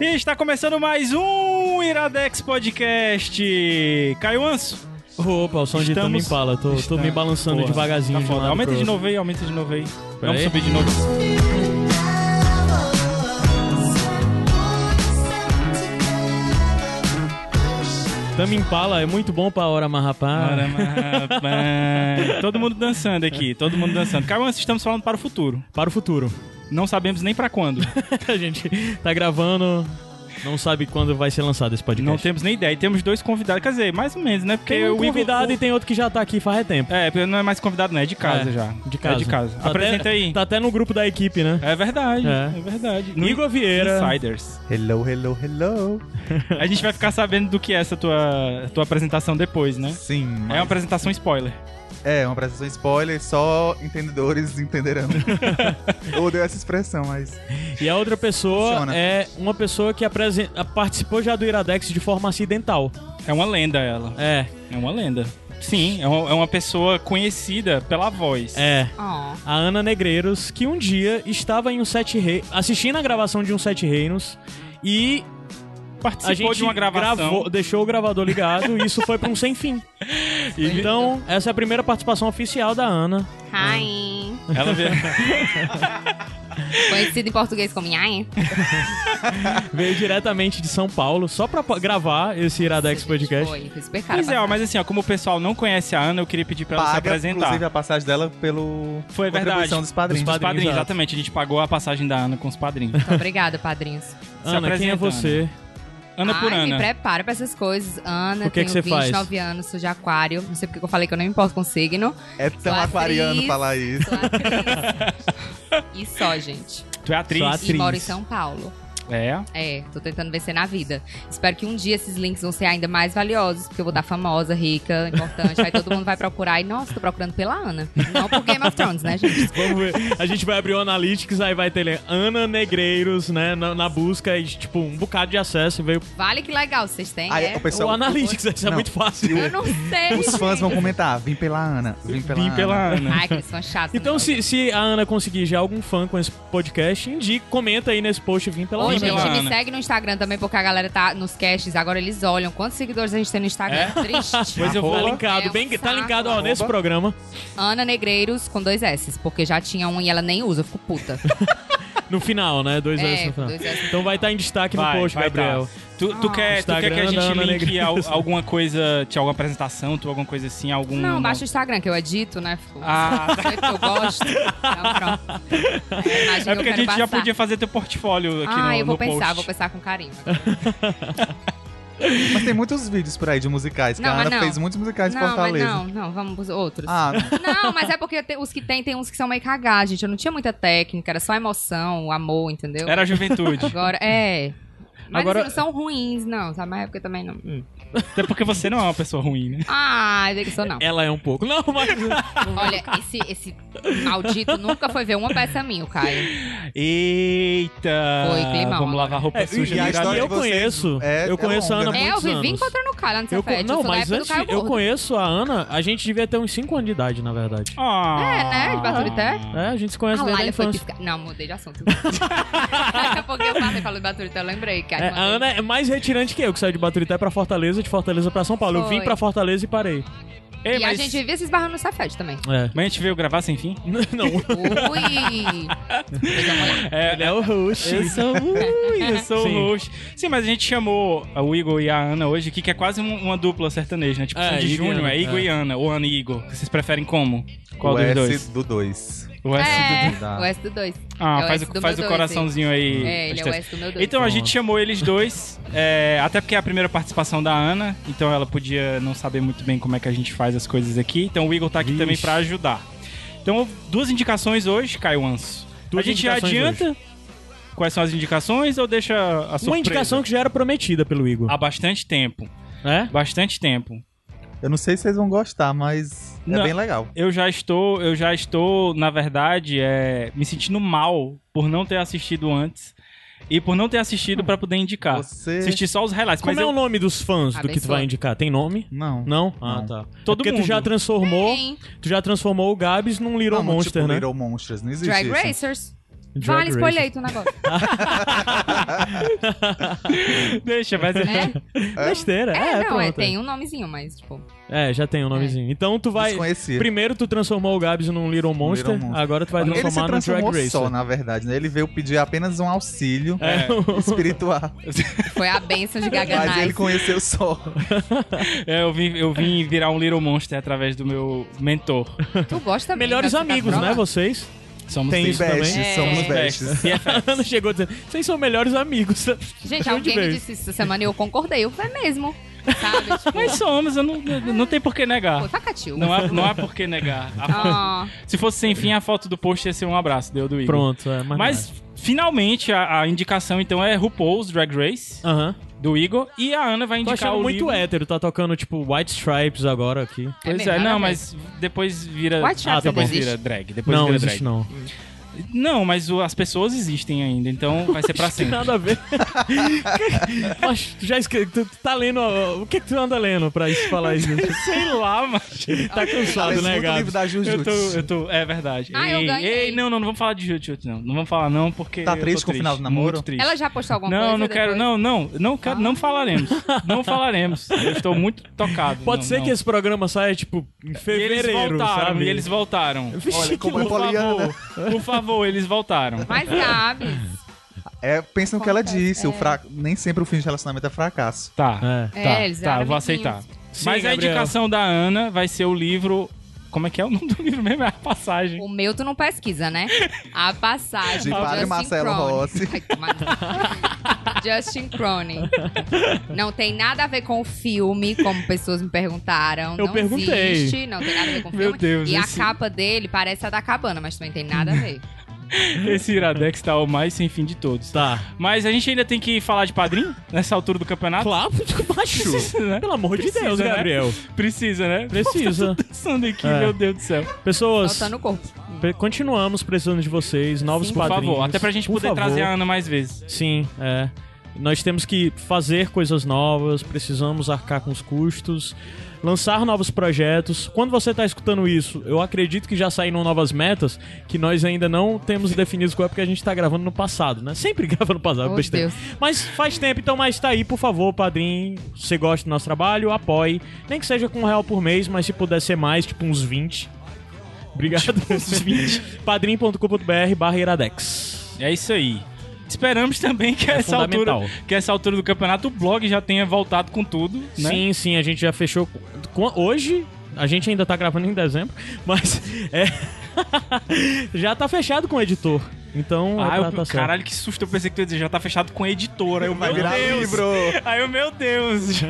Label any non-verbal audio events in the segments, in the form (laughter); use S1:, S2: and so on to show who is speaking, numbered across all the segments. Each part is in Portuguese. S1: E está começando mais um Iradex Podcast. Caio Anso.
S2: Opa, o som de tu me
S1: Estamos-
S2: empala. Tô, tô
S1: Está-
S2: me balançando
S1: Porra,
S2: devagarzinho.
S1: tá
S2: de um
S1: foda.
S2: lado
S1: Aumenta
S2: pro
S1: de
S2: outro.
S1: novo aí, aumenta de novo aí. Vamos
S2: aí.
S1: subir de novo.
S2: Tame Impala é Ah. muito bom pra hora
S1: Ora,
S2: marrapá.
S1: mas- todo mundo dançando aqui, todo mundo dançando. Caio Anso, estamos falando para o futuro.
S2: Para o futuro. (laughs)
S1: Não sabemos nem para quando.
S2: A gente tá gravando, não sabe quando vai ser lançado esse podcast.
S1: Não temos nem ideia. E temos dois convidados, quer dizer, mais ou menos, né? Porque
S2: Tem um
S1: o Igor-
S2: convidado e tem outro que já tá aqui faz tempo.
S1: É, porque não é mais convidado, não, é de casa
S2: É,
S1: já.
S2: De casa.
S1: É de casa.
S2: Tá
S1: Apresenta
S2: até-
S1: aí.
S2: Tá até no grupo da equipe, né?
S1: É verdade, é,
S2: É.
S1: verdade.
S2: Igor Vieira.
S1: Insiders.
S3: Hello, hello, hello.
S1: A gente vai ficar sabendo do que é essa tua, tua apresentação depois, né?
S3: Sim,
S1: É uma apresentação spoiler.
S3: é uma apresentação spoiler, só entendedores
S1: (laughs)
S3: entenderão. Eu odeio essa expressão, mas.
S1: É.
S2: E a outra pessoa
S3: Funciona.
S2: é uma pessoa que apresen- participou já do Iradex de forma acidental.
S1: É uma lenda ela.
S2: É,
S1: É uma lenda. Sim, é uma, é uma pessoa conhecida pela voz.
S2: é.
S4: Ó,
S2: a Ana Negreiros, que um dia estava em um Sete Reinos, assistindo a gravação de um Sete Reinos, e
S1: Participou
S2: a gente
S1: de uma gravação.
S2: gravou- deixou o gravador ligado e isso foi para um sem
S1: (laughs)
S2: fim. Então, essa é a primeira participação oficial da Ana.
S4: hi.
S1: Ela
S2: (laughs)
S1: veio,
S4: Conhecido em português como Nhai.
S2: Veio diretamente de São Paulo, só para gravar esse Iradex Podcast.
S4: Foi, foi super caro.
S1: pois é, ó, mas assim, ó, como o pessoal não conhece a Ana, eu queria pedir pra ela se
S3: Paga,
S1: apresentar.
S3: inclusive, a passagem dela pelo.
S1: Foi
S3: contribuição
S1: verdade.
S3: dos padrinhos.
S1: Dos
S2: Dos padrinhos, exato.
S1: exatamente. A gente pagou a passagem da Ana com os
S2: (laughs)
S1: padrinhos.
S4: Muito tá, obrigada, padrinhos.
S2: Ana, quem é
S1: apresenta,
S2: você?
S1: Ana por
S4: Ai,
S1: Ana.
S4: me prepara pra essas coisas. Ana,
S2: O que é que você
S4: tenho 29
S2: faz?
S4: anos, sou de aquário. Não sei porque que eu falei que eu não me importo com signo.
S3: É tão
S4: Sou
S3: aquariano
S4: atriz.
S3: falar isso.
S4: Sou atriz. e só, gente.
S1: Tu é atriz?
S2: Sou atriz.
S4: E moro em São Paulo.
S1: É.
S4: É, tô tentando vencer na vida. Espero que um dia esses links vão ser ainda mais valiosos, porque eu vou dar famosa, rica, importante. Aí todo mundo vai procurar. E, nossa, tô procurando pela Ana. Não por Game of Thrones, né, gente?
S2: Vamos ver. A gente vai abrir o Analytics, aí vai ter né, Ana Negreiros, né, na, na busca, e tipo, um bocado de acesso, veio
S4: Vale que legal, vocês têm,
S3: Aí
S4: é?
S3: o pessoal.
S2: o Analytics, isso é
S3: Não.
S2: muito fácil.
S4: Eu não sei.
S3: Os fãs
S4: gente.
S3: vão comentar: vim pela Ana, vim pela
S1: Vim
S3: Ana.
S1: pela Ana.
S4: Ai, que eles são chatos.
S2: Então,
S4: né?
S2: se, se a Ana conseguir já algum fã com esse podcast, indique, comenta aí nesse post, vim pela
S4: Ô,
S2: Ana.
S4: gente,
S1: pela
S4: me
S1: Ana.
S4: segue no Instagram também, porque a galera tá nos casts, agora eles olham quantos seguidores a gente tem no
S1: É?
S4: Instagram. Triste.
S2: Pois eu vou. Tá
S1: Arroba.
S2: linkado,
S4: É um
S2: bem, tá
S4: saco.
S2: linkado, ó, nesse
S3: Arroba.
S2: programa.
S4: Ana Negreiros com dois S's, porque já tinha um e ela nem usa, eu fico
S1: (laughs)
S4: puta.
S2: No final, né? Dois
S4: É,
S2: S no final.
S4: dois S.
S2: Então vai estar em destaque
S1: Vai,
S2: no post,
S1: vai
S2: Gabriel.
S1: tá. Tu, tu quer, tu quer que a
S2: Ah. Instagram da
S1: gente
S2: Ana
S1: linke
S2: Negreiros.
S1: al- alguma coisa, tinha alguma apresentação, tu alguma coisa assim, algum...
S4: Não, baixa o Instagram, que eu edito, né? Fico... (laughs)
S1: Ah,
S4: Do jeito que eu gosto. Então, pronto. É a imagem que
S1: é porque a
S4: eu quero
S1: gente já
S4: passar.
S1: podia fazer teu portfólio aqui
S4: Ah,
S1: no,
S4: eu vou
S1: no post.
S4: pensar, vou pensar com carinho.
S3: Mas tem muitos vídeos por aí de musicais, que
S4: Não,
S3: a
S4: mas
S3: Ana
S4: não.
S3: fez muitos musicais em
S4: não, mas
S3: Fortaleza.
S4: não, não, vamos pros outros.
S3: Ah,
S4: Não, mas é porque tem- os que tem, tem uns que são meio cagar, gente. Eu não tinha muita técnica, era só emoção, amor, entendeu?
S1: Era a
S4: (laughs)
S1: juventude.
S4: Agora, é. Mas
S2: Agora-
S4: Agora... não são ruins, não, sabe? Mas é porque também não. hum.
S1: Até porque você não é uma pessoa ruim, né?
S4: Ah, eu digo que sou não.
S2: Ela é um pouco. Não, mas.
S4: Olha, esse, esse maldito nunca foi ver uma peça minha, o Caio.
S1: (laughs) Eita!
S4: Foi, climão
S1: Vamos
S4: agora.
S1: lavar a roupa
S2: É,
S1: suja.
S2: e
S3: a
S1: virar-
S3: história
S2: eu
S3: de vocês
S2: conheço.
S3: é-
S2: eu
S3: é
S2: conheço a
S3: longa,
S2: Ana há
S3: né?
S4: É, eu
S2: muitos
S4: vivi
S2: anos.
S4: encontrando o Caio lá no
S2: Eu
S4: seu
S2: co-
S4: fete.
S2: não,
S4: eu sou da
S2: mas
S4: época do
S2: antes,
S4: Caio
S2: eu
S4: Gordo.
S2: conheço a Ana, a gente devia ter uns 5 anos de idade, na verdade.
S1: Ah.
S4: É, né? De Baturité?
S2: É, a gente se conhece
S4: Ah, lá,
S2: desde a
S4: ele foi
S2: infância.
S4: piscar. Não, mudei de assunto. (laughs) Daqui a pouco eu falei, falou de Baturité, eu lembrei. Que
S2: É, a Ana é mais retirante que eu, que saiu de Baturité pra Fortaleza, de Fortaleza pra São Paulo. Eu vim
S4: Foi.
S2: pra Fortaleza e parei.
S1: Ei,
S4: E a
S1: mas...
S4: gente vivia esses barros no Cefete
S2: (laughs)
S4: também.
S1: (laughs)
S2: É.
S1: mas a gente veio gravar sem fim?
S2: Não,
S4: Ui! Pois é, mulher.
S2: ele é o host.
S1: Eu sou, ui, eu sou
S2: Sim.
S1: o host. Sim, mas a gente chamou o Igor e a Ana hoje aqui, que é quase um- uma dupla sertaneja, né? Tipo,
S2: É,
S1: Sandy de
S2: Igor e
S1: Júnior,
S2: Ana,
S1: é Igor
S2: é.
S1: e Ana, ou Ana e Igor. Vocês preferem como? Qual
S3: o
S1: dos
S3: S
S1: dois?
S3: do 2.
S1: O S
S4: É,
S1: do...
S3: Dá.
S4: o S do 2.
S1: Ah,
S4: é o
S1: faz,
S4: S
S1: o,
S4: do
S1: faz o
S4: meu dois,
S1: coraçãozinho aí.
S4: É, ele é o
S1: Hashtag.
S4: S do meu 2.
S1: Então a gente chamou eles dois, é, até porque é a primeira participação da Ana, então ela podia não saber muito bem como é que a gente faz as coisas aqui. Então o Igor tá aqui
S2: Vixe.
S1: também pra ajudar. Então, duas indicações hoje, Caio Anso.
S2: Duas
S1: a gente já
S2: indicações
S1: adianta quais são as indicações ou deixa a surpresa?
S2: Uma indicação que já era prometida pelo Igor.
S1: Há bastante tempo.
S2: né?
S1: Bastante tempo.
S3: Eu não sei se vocês vão gostar, mas
S1: Não.
S3: é bem legal.
S1: Eu já estou, eu já estou, na verdade, é, me sentindo mal por não ter assistido antes e por não ter assistido pra poder indicar.
S3: Você.
S1: Assisti só os highlights,
S2: Como
S1: mas
S2: é
S1: eu, Ah,
S2: o nome dos fãs do que tu
S4: Abençoa.
S2: vai indicar? Tem nome?
S3: Não.
S2: Não? Ah,
S3: Não.
S2: tá. É
S1: Todo
S2: porque
S1: mundo.
S2: tu já transformou,
S4: Tem.
S2: tu já transformou o Gabs num Little
S3: Não, não,
S2: Monster,
S3: tipo,
S2: né?
S3: Little Monsters, não existe
S4: Drag
S3: isso.
S4: Racers.
S2: Drag
S4: vale,
S2: Race.
S4: escolhe aí teu negócio.
S1: (laughs) deixa, mas
S4: É,
S2: Besteira.
S4: é,
S2: É,
S4: não, é,
S2: pronto.
S4: tem um nomezinho, mas tipo...
S2: É, já tem o nomezinho. Então tu vai
S3: Desconhecido.
S2: Primeiro tu transformou o Gabs num Little Monster,
S3: Little Monster.
S2: agora tu vai
S3: Ele se
S2: transformar num Drag
S3: transformou
S2: Racer.
S3: só, na verdade, né? Ele veio pedir apenas um auxílio
S2: É,
S3: (laughs) espiritual.
S4: Foi a
S2: (laughs)
S4: benção de Gaga
S3: mas ele
S4: Nice.
S3: conheceu só.
S1: é, eu vim, eu vim virar um Little Monster através do meu mentor.
S4: Tu gosta também,
S2: melhores
S4: Gabi, tá
S2: amigos,
S4: prova?
S2: né, vocês?
S4: (laughs)
S1: Somos
S2: Tem
S1: tri-
S2: isso
S3: Bestes,
S2: também.
S4: É.
S3: somos
S1: somos
S3: bestes.
S1: bestes. BFF.
S2: Ana chegou dizendo, vocês são melhores amigos.
S4: Gente,
S2: De
S4: alguém me
S2: vez.
S4: disse isso essa semana e eu concordei. Eu falei, é mesmo.
S2: (laughs)
S4: Sabe? Tipo,
S1: Mas somos, eu não, eu não tem por que
S4: foi
S1: negar.
S4: facatil.
S1: Não é há, não há por que negar. A foto-
S4: Ah,
S1: se fosse sem fim, a foto do post ia ser um abraço, deu do Igor.
S2: Pronto, é, mas...
S1: Mas finalmente a, a indicação então é RuPaul's Drag Race
S2: é. Aham.
S1: do Igor e a Ana vai
S2: Tô
S1: indicar
S2: achando
S1: o
S2: muito
S1: livro.
S2: hétero, tá tocando tipo White Stripes agora aqui.
S1: Pois
S4: mesmo,
S1: é, não,
S4: nada
S1: mas depois vira
S4: White Stripes
S1: ah, tá bom.
S4: ainda
S1: vira
S4: existe?
S1: drag, depois
S2: não,
S1: vira
S2: existe
S1: é, drag.
S2: não.
S1: Não, mas o- as pessoas existem ainda, então vai ser pra
S2: Acho que
S1: sempre.
S2: nada a ver.
S1: (laughs)
S2: Mas tu já esque... tu tu tá lendo, ó, o que que tu anda lendo pra isso- falar
S1: (laughs)
S2: isso?
S1: Sei lá, mas
S2: tá cansado,
S3: Parece
S2: né,
S3: muito o
S2: Gabs?
S3: livro da
S1: eu tô,
S3: Jujutsu.
S1: eu tô, é verdade.
S4: Ah, eu
S1: ei,
S4: ganhei.
S1: ei, não, não, não vamos falar de Jujutsu não. Não vamos falar não, porque
S3: Tá
S1: eu tô
S3: triste com o final do namoro?
S1: Muito triste.
S4: ela já postou alguma coisa?
S1: Não, não quero,
S4: depois? Ah.
S1: não, não, não quero, não falaremos. Não
S4: (laughs)
S1: falaremos. Eu estou muito tocado.
S2: Pode
S1: não,
S2: ser
S1: não.
S2: que esse programa saia tipo em
S1: E eles
S2: fevereiro,
S1: voltaram,
S2: sabe?
S1: e eles voltaram.
S2: Vixe,
S3: Olha,
S2: que
S3: como é
S2: louco.
S1: Por
S3: Poliana.
S1: favor, por favor, eles voltaram.
S4: Mas Gabi,
S3: É, pensa no que ela
S4: Acontece,
S3: disse, o
S4: é.
S3: fra- nem sempre o fim de relacionamento é fracasso.
S1: Tá,
S2: É.
S4: É,
S1: tá,
S4: eles
S1: tá,
S4: eram
S1: eu vou
S4: amiguinhos.
S1: aceitar.
S2: Sim,
S1: Mas a
S2: Gabriel.
S1: indicação da Ana vai ser o livro... Como é que é o nome do livro mesmo? É a passagem.
S4: o meu tu não pesquisa, né? A passagem.
S3: De Padre
S4: Justin
S3: Marcelo
S4: Crone.
S3: Rossi.
S4: Ai, tomar no cu. (laughs) Justin Cronin. Não tem nada a ver com o filme, como pessoas me perguntaram.
S2: Eu
S4: não
S2: perguntei.
S4: Existe, não tem nada a ver com o filme.
S1: Meu Deus,
S4: e a
S1: esse-
S4: capa dele parece a da cabana, mas também tem nada a
S1: (laughs)
S4: ver.
S1: Esse Iradex tá o mais sem fim de todos.
S2: Tá.
S1: Mas a gente ainda tem que falar de padrinho nessa altura do campeonato?
S2: Claro, macho.
S1: Precisa, né?
S2: Pelo amor de
S1: Precisa,
S2: Deus,
S1: né? (laughs)
S2: Gabriel.
S1: Precisa, né?
S2: Precisa.
S1: Pensando aqui,
S2: É.
S1: meu Deus do céu.
S2: Pessoas,
S4: Faltando o corpo.
S2: pe- continuamos precisando de vocês, novos
S4: Sim.
S1: Por
S2: padrinhos.
S1: favor, até pra gente
S2: Por
S1: poder
S2: favor.
S1: trazer a Ana mais vezes.
S2: Sim, é. Nós temos que fazer coisas novas, precisamos arcar com os custos, lançar novos projetos. Quando você está escutando isso, eu acredito que já saíram novas metas que nós ainda não temos definidos qual é porque a gente está gravando no passado, né? Sempre (laughs) grava no passado,
S4: Oh,
S2: besteira.
S4: Deus.
S2: Mas faz tempo, então, mas tá aí, por favor, padrinho. Se você gosta do nosso trabalho, apoie. Nem que seja com um real por mês, mas se puder ser mais, tipo uns 20. Obrigado. uns (laughs) 20. padrim.com.br barra iradex. É
S1: É isso aí. Esperamos também que, essa altura,
S2: fundamental.
S1: que essa altura do campeonato o blog já tenha voltado com tudo, né?
S2: Sim, sim, a gente já fechou. com- Hoje, a gente ainda tá gravando em dezembro, (laughs) mas é, (laughs) já tá fechado com o editor. Então,
S1: Ah,
S2: tá,
S1: eu,
S2: tá certo.
S1: caralho, que susto. Eu pensei que tu ia dizer, já tá fechado com a editora. Eu,
S3: Vai
S1: meu
S3: virar
S1: Deus.
S3: livro.
S1: Aí eu, meu Deus.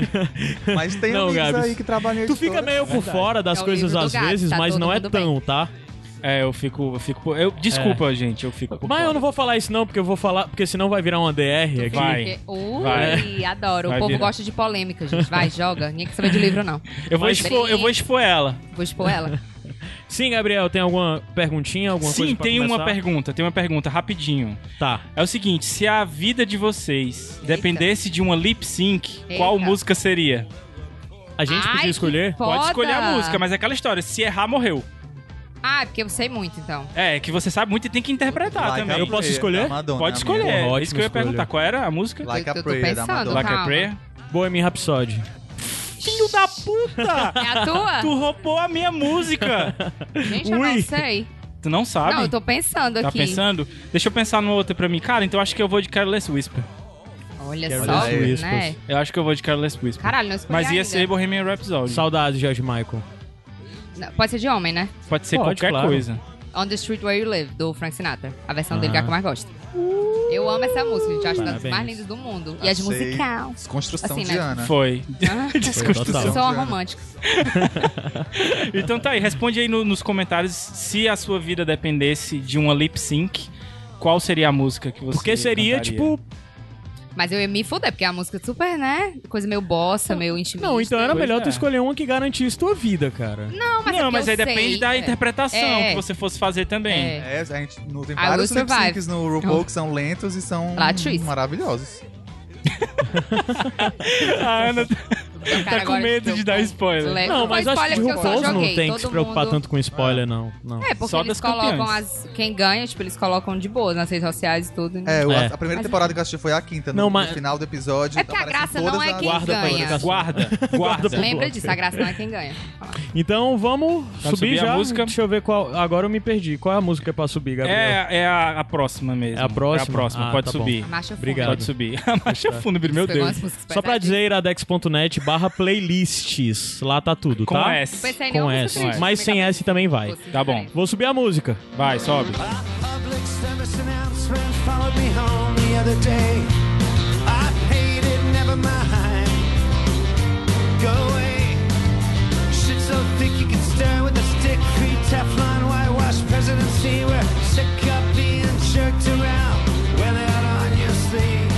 S3: Mas tem
S2: (laughs) Não,
S3: amigos
S2: Gabs.
S3: aí que trabalham em
S2: Tu fica
S3: editora.
S2: meio por fora das
S4: É o
S2: coisas
S4: livro do
S2: às
S4: gato,
S2: vezes,
S4: tá
S2: mas
S4: todo
S2: não é
S4: mundo bem.
S2: tão, tá?
S1: É, eu fico... Eu fico eu, desculpa, gente, eu fico... por
S2: É. Mas eu
S1: fora.
S2: não vou falar isso não, porque eu vou falar, porque senão vai virar uma DR aqui.
S1: Vai.
S4: Porque- Ui,
S1: Vai.
S4: adoro.
S1: Vai
S4: o povo
S1: virar.
S4: gosta de polêmica,
S1: (laughs)
S4: gente. Vai, joga. Ninguém quer saber de livro, não.
S1: Eu vou,
S4: Vai
S1: expor,
S4: bem.
S1: eu vou expor ela.
S4: Vou expor ela.
S2: Sim, Gabriel, tem alguma perguntinha, alguma coisa
S1: Sim,
S2: pra
S1: tem uma
S2: começar?
S1: pergunta, tem uma pergunta, rapidinho.
S2: Tá.
S1: É o seguinte, se a vida de vocês
S4: Eita.
S1: dependesse de uma lip sync,
S4: Eita.
S1: qual música seria?
S2: A gente
S4: Ai,
S2: podia
S4: que
S2: escolher?
S4: foda.
S1: Pode escolher a música, mas é aquela história, se errar, morreu.
S4: Ah, é porque eu sei muito, então.
S1: É, que você sabe muito e tem que interpretar
S3: Like a
S1: também.
S2: Eu posso
S3: Prayer,
S2: escolher?
S3: da Madonna,
S1: Pode
S3: amigo.
S1: escolher.
S2: Porra,
S1: é
S2: ótima
S1: isso que eu ia
S2: escolha.
S1: perguntar. Qual era a música?
S3: Like
S4: Eu-
S3: a
S4: eu tô
S3: Prayer da
S4: pensando. tá?
S3: Madonna.
S1: Like a
S4: calma.
S1: Prayer?
S2: Bohemian Rhapsody.
S1: Filho da puta!
S4: (laughs) É a tua?
S1: tu roubou a minha música!
S4: Gente, eu
S1: Ui.
S4: não sei.
S1: Tu não sabe?
S4: Não, eu tô pensando
S1: Tá
S4: aqui.
S1: pensando? Deixa eu pensar numa outra pra mim. Cara, então eu acho que eu vou de Careless Whisper.
S4: Olha
S2: Quero
S4: só,
S3: olhar
S2: isso,
S4: né?
S1: Eu acho que eu vou de Careless Whisper.
S4: Caralho, não escolhi
S1: Mas ia
S4: ainda.
S1: ser Bohemian Rhapsody.
S2: Saudades, George Michael.
S4: Não, Pode ser de homem, né?
S1: Pode ser
S2: Pode,
S1: qualquer
S2: claro.
S1: coisa.
S4: On the Street Where You Live, do Frank Sinatra. A versão
S2: Ah.
S4: dele que é a que eu mais gosto. Eu amo essa música, gente. Eu acho uma das
S2: Parabéns.
S4: mais lindas do mundo. E as
S3: Achei
S4: musical.
S3: Desconstrução
S4: Assim,
S3: de
S4: né?
S2: É.
S3: Ana.
S1: Foi.
S2: Foi
S4: Eu
S2: total.
S4: sou uma
S3: Diana.
S4: romântica.
S1: Então tá aí, responde aí no- nos comentários se a sua vida dependesse de uma um lip sync. qual seria a música que você
S2: Porque seria,
S1: cantaria?
S2: tipo.
S4: Mas eu ia me fuder, porque a música é super, né? Coisa meio bossa, meio intimista.
S2: Não, então era
S1: Pois
S2: melhor
S1: é.
S2: tu escolher uma que garantisse tua vida, cara.
S4: Não, mas, é
S1: Não,
S4: porque
S1: mas
S4: eu
S1: aí depende
S4: sei,
S1: da
S4: é.
S1: interpretação
S4: É.
S1: que você fosse fazer também.
S4: É.
S3: É, a gente não tem
S4: I
S3: vários
S4: Will
S3: lip
S4: Survive.
S3: syncs no RuPaul que são lentos e são
S4: Latrice.
S3: maravilhosos.
S1: A Ana
S4: Cara,
S1: tá com
S4: agora
S1: medo
S4: deu
S1: de dar
S4: um
S1: spoiler.
S4: leve-
S2: não,
S4: foi
S2: mas acho que
S4: spoiler
S2: de
S4: porque eu só
S2: RuPaul's não
S4: joguei,
S2: tem que
S4: todo
S2: se preocupar
S4: mundo-
S2: tanto com spoiler, não. não.
S4: É, porque
S1: Só
S4: eles
S1: das
S4: colocam
S1: campeãs.
S4: as. Quem ganha, tipo, eles colocam de boa nas redes sociais e tudo. né?
S3: É, eu-
S2: É.
S3: a primeira temporada que eu assisti foi a quinta. No,
S2: Não, mas-
S3: no final do episódio. então
S4: É porque a
S3: aparecem
S4: graça não
S3: todas
S4: é
S3: as-
S4: quem Guarda pra ganha. outra.
S1: Guarda, guarda.
S2: Guarda.
S4: Lembra disso, a graça não é quem ganha.
S2: Então vamos
S1: Vamos
S2: subir
S1: subir a
S2: já.
S1: música.
S2: Deixa eu ver qual. Agora eu me perdi. Qual é a música pra subir, Gabriel?
S1: É, é a, a próxima mesmo.
S2: É a próxima? Ah,
S1: pode
S2: tá bom.
S1: subir.
S4: Marcha fundo.
S2: Obrigado. Tá.
S1: Pode subir. (laughs) A marcha fundo, meu
S4: Pegou
S1: Deus.
S4: umas músicas
S2: Só pra
S4: pesadinhas.
S2: dizer, iradex.net barra playlists. Lá tá tudo,
S1: Com
S2: tá?
S1: S.
S4: Pensei em
S2: Com
S4: nenhuma
S2: S.
S4: música triste,
S2: Mas
S4: né,
S2: sem
S4: Gabriel?
S2: S também vai.
S1: Tá bom.
S2: Vou subir a música.
S1: Vai, sobe.
S5: Public service announcement followed me home the other day. I paid it, never mind. Go away. Shit so thick you can stir with a stick. Free Teflon whitewash presidency. We're sick of being jerked around. Wear that on your sleeve.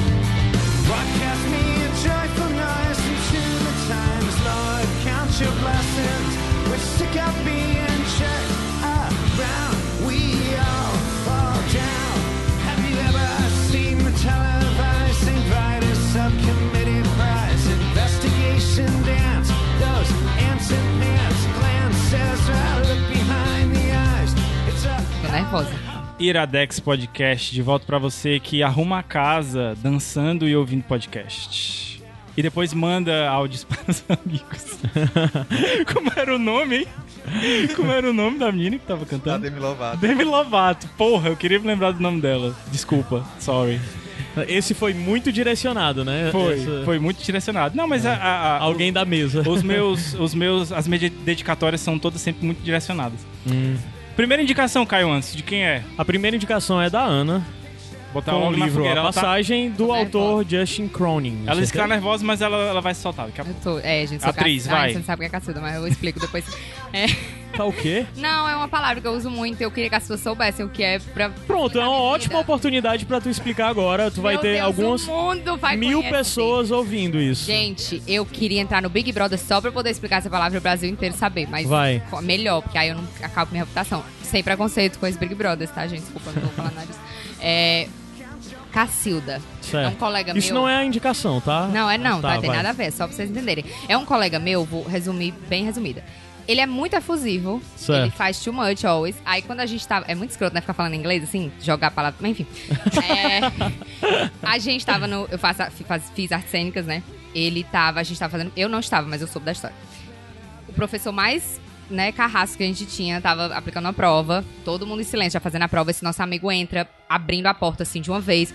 S5: Broadcast me a joyful noise from tune the times. Lord, count your blessings. We're sick of being jerked around. We all fall down. Have you ever seen the televised inviter subcommittee prize? Investigation dance. Those ants and pants glances right look behind the eyes. It's a
S4: Tô nervosa.
S1: Iradex Podcast, de volta pra você que arruma a casa dançando e ouvindo podcast. E depois manda áudios (laughs) para os amigos.
S2: (laughs)
S1: Como era o nome, hein? Como era o nome da menina que tava
S3: Da
S1: cantando?
S3: Demi Lovato.
S1: Demi Lovato. Porra, eu queria me lembrar do nome dela. Desculpa, sorry.
S2: Esse foi muito direcionado, né?
S1: Foi,
S2: Essa-
S1: foi muito direcionado. Não, mas a, a- a-
S2: Alguém da mesa.
S1: Os meus, os meus, as minhas dedicatórias são todas sempre muito direcionadas.
S2: Hum.
S1: Primeira indicação, Caio Antes, de quem é?
S2: A primeira indicação é da Ana,
S1: Botar
S2: com
S1: um
S2: o livro A
S1: Ela, tá-
S2: Passagem do
S4: Tá
S2: autor Justin Cronin.
S1: ela disse que tá nervosa, mas ela, ela vai se soltar daqui a pouco.
S4: Eu tô. É, gente, sou
S1: Atriz,
S4: cac- Ai,
S1: vai.
S4: Você não sabe o que é caçuda, mas eu explico depois. É.
S2: Tá o quê?
S4: Não, é uma palavra que eu uso muito. Eu queria que as pessoas soubessem o que é pra.
S2: Pronto, é uma
S4: Minha
S2: ótima
S4: vida.
S2: oportunidade pra tu explicar agora. Tu vai
S4: Meu
S2: ter
S4: Deus,
S2: algumas
S4: O mundo vai
S2: mil
S4: conhecer.
S2: pessoas ouvindo isso.
S4: Gente, eu queria entrar no Big Brother só pra poder explicar essa palavra pro Brasil inteiro saber, mas
S2: Vai.
S4: co- melhor, porque aí eu não acabo minha reputação. Sem preconceito com esse Big Brother, tá, gente? Desculpa, não vou falar nada disso. É. Cacilda.
S2: Certo.
S4: É um colega
S2: Isso
S4: meu.
S2: não é a indicação, tá?
S4: Não, é não,
S2: tá,
S4: tá, tem
S2: vai.
S4: nada a ver, só pra vocês entenderem. É um colega meu, vou resumir bem resumida. Ele é muito efusivo,
S2: Certo.
S4: ele faz too much always. Aí quando a gente tava. É muito escroto, né? Ficar falando inglês assim, jogar a palavra.
S2: (laughs)
S4: Mas enfim. É, a gente tava no. Eu faço, a- faz- fiz artes cênicas, né? Ele tava, a gente tava fazendo. Eu não estava, mas eu soube da história. O professor mais. Né, carrasco que a gente tinha, tava aplicando a prova, todo mundo em silêncio, já fazendo a prova. Esse nosso amigo entra, abrindo a porta assim de uma vez.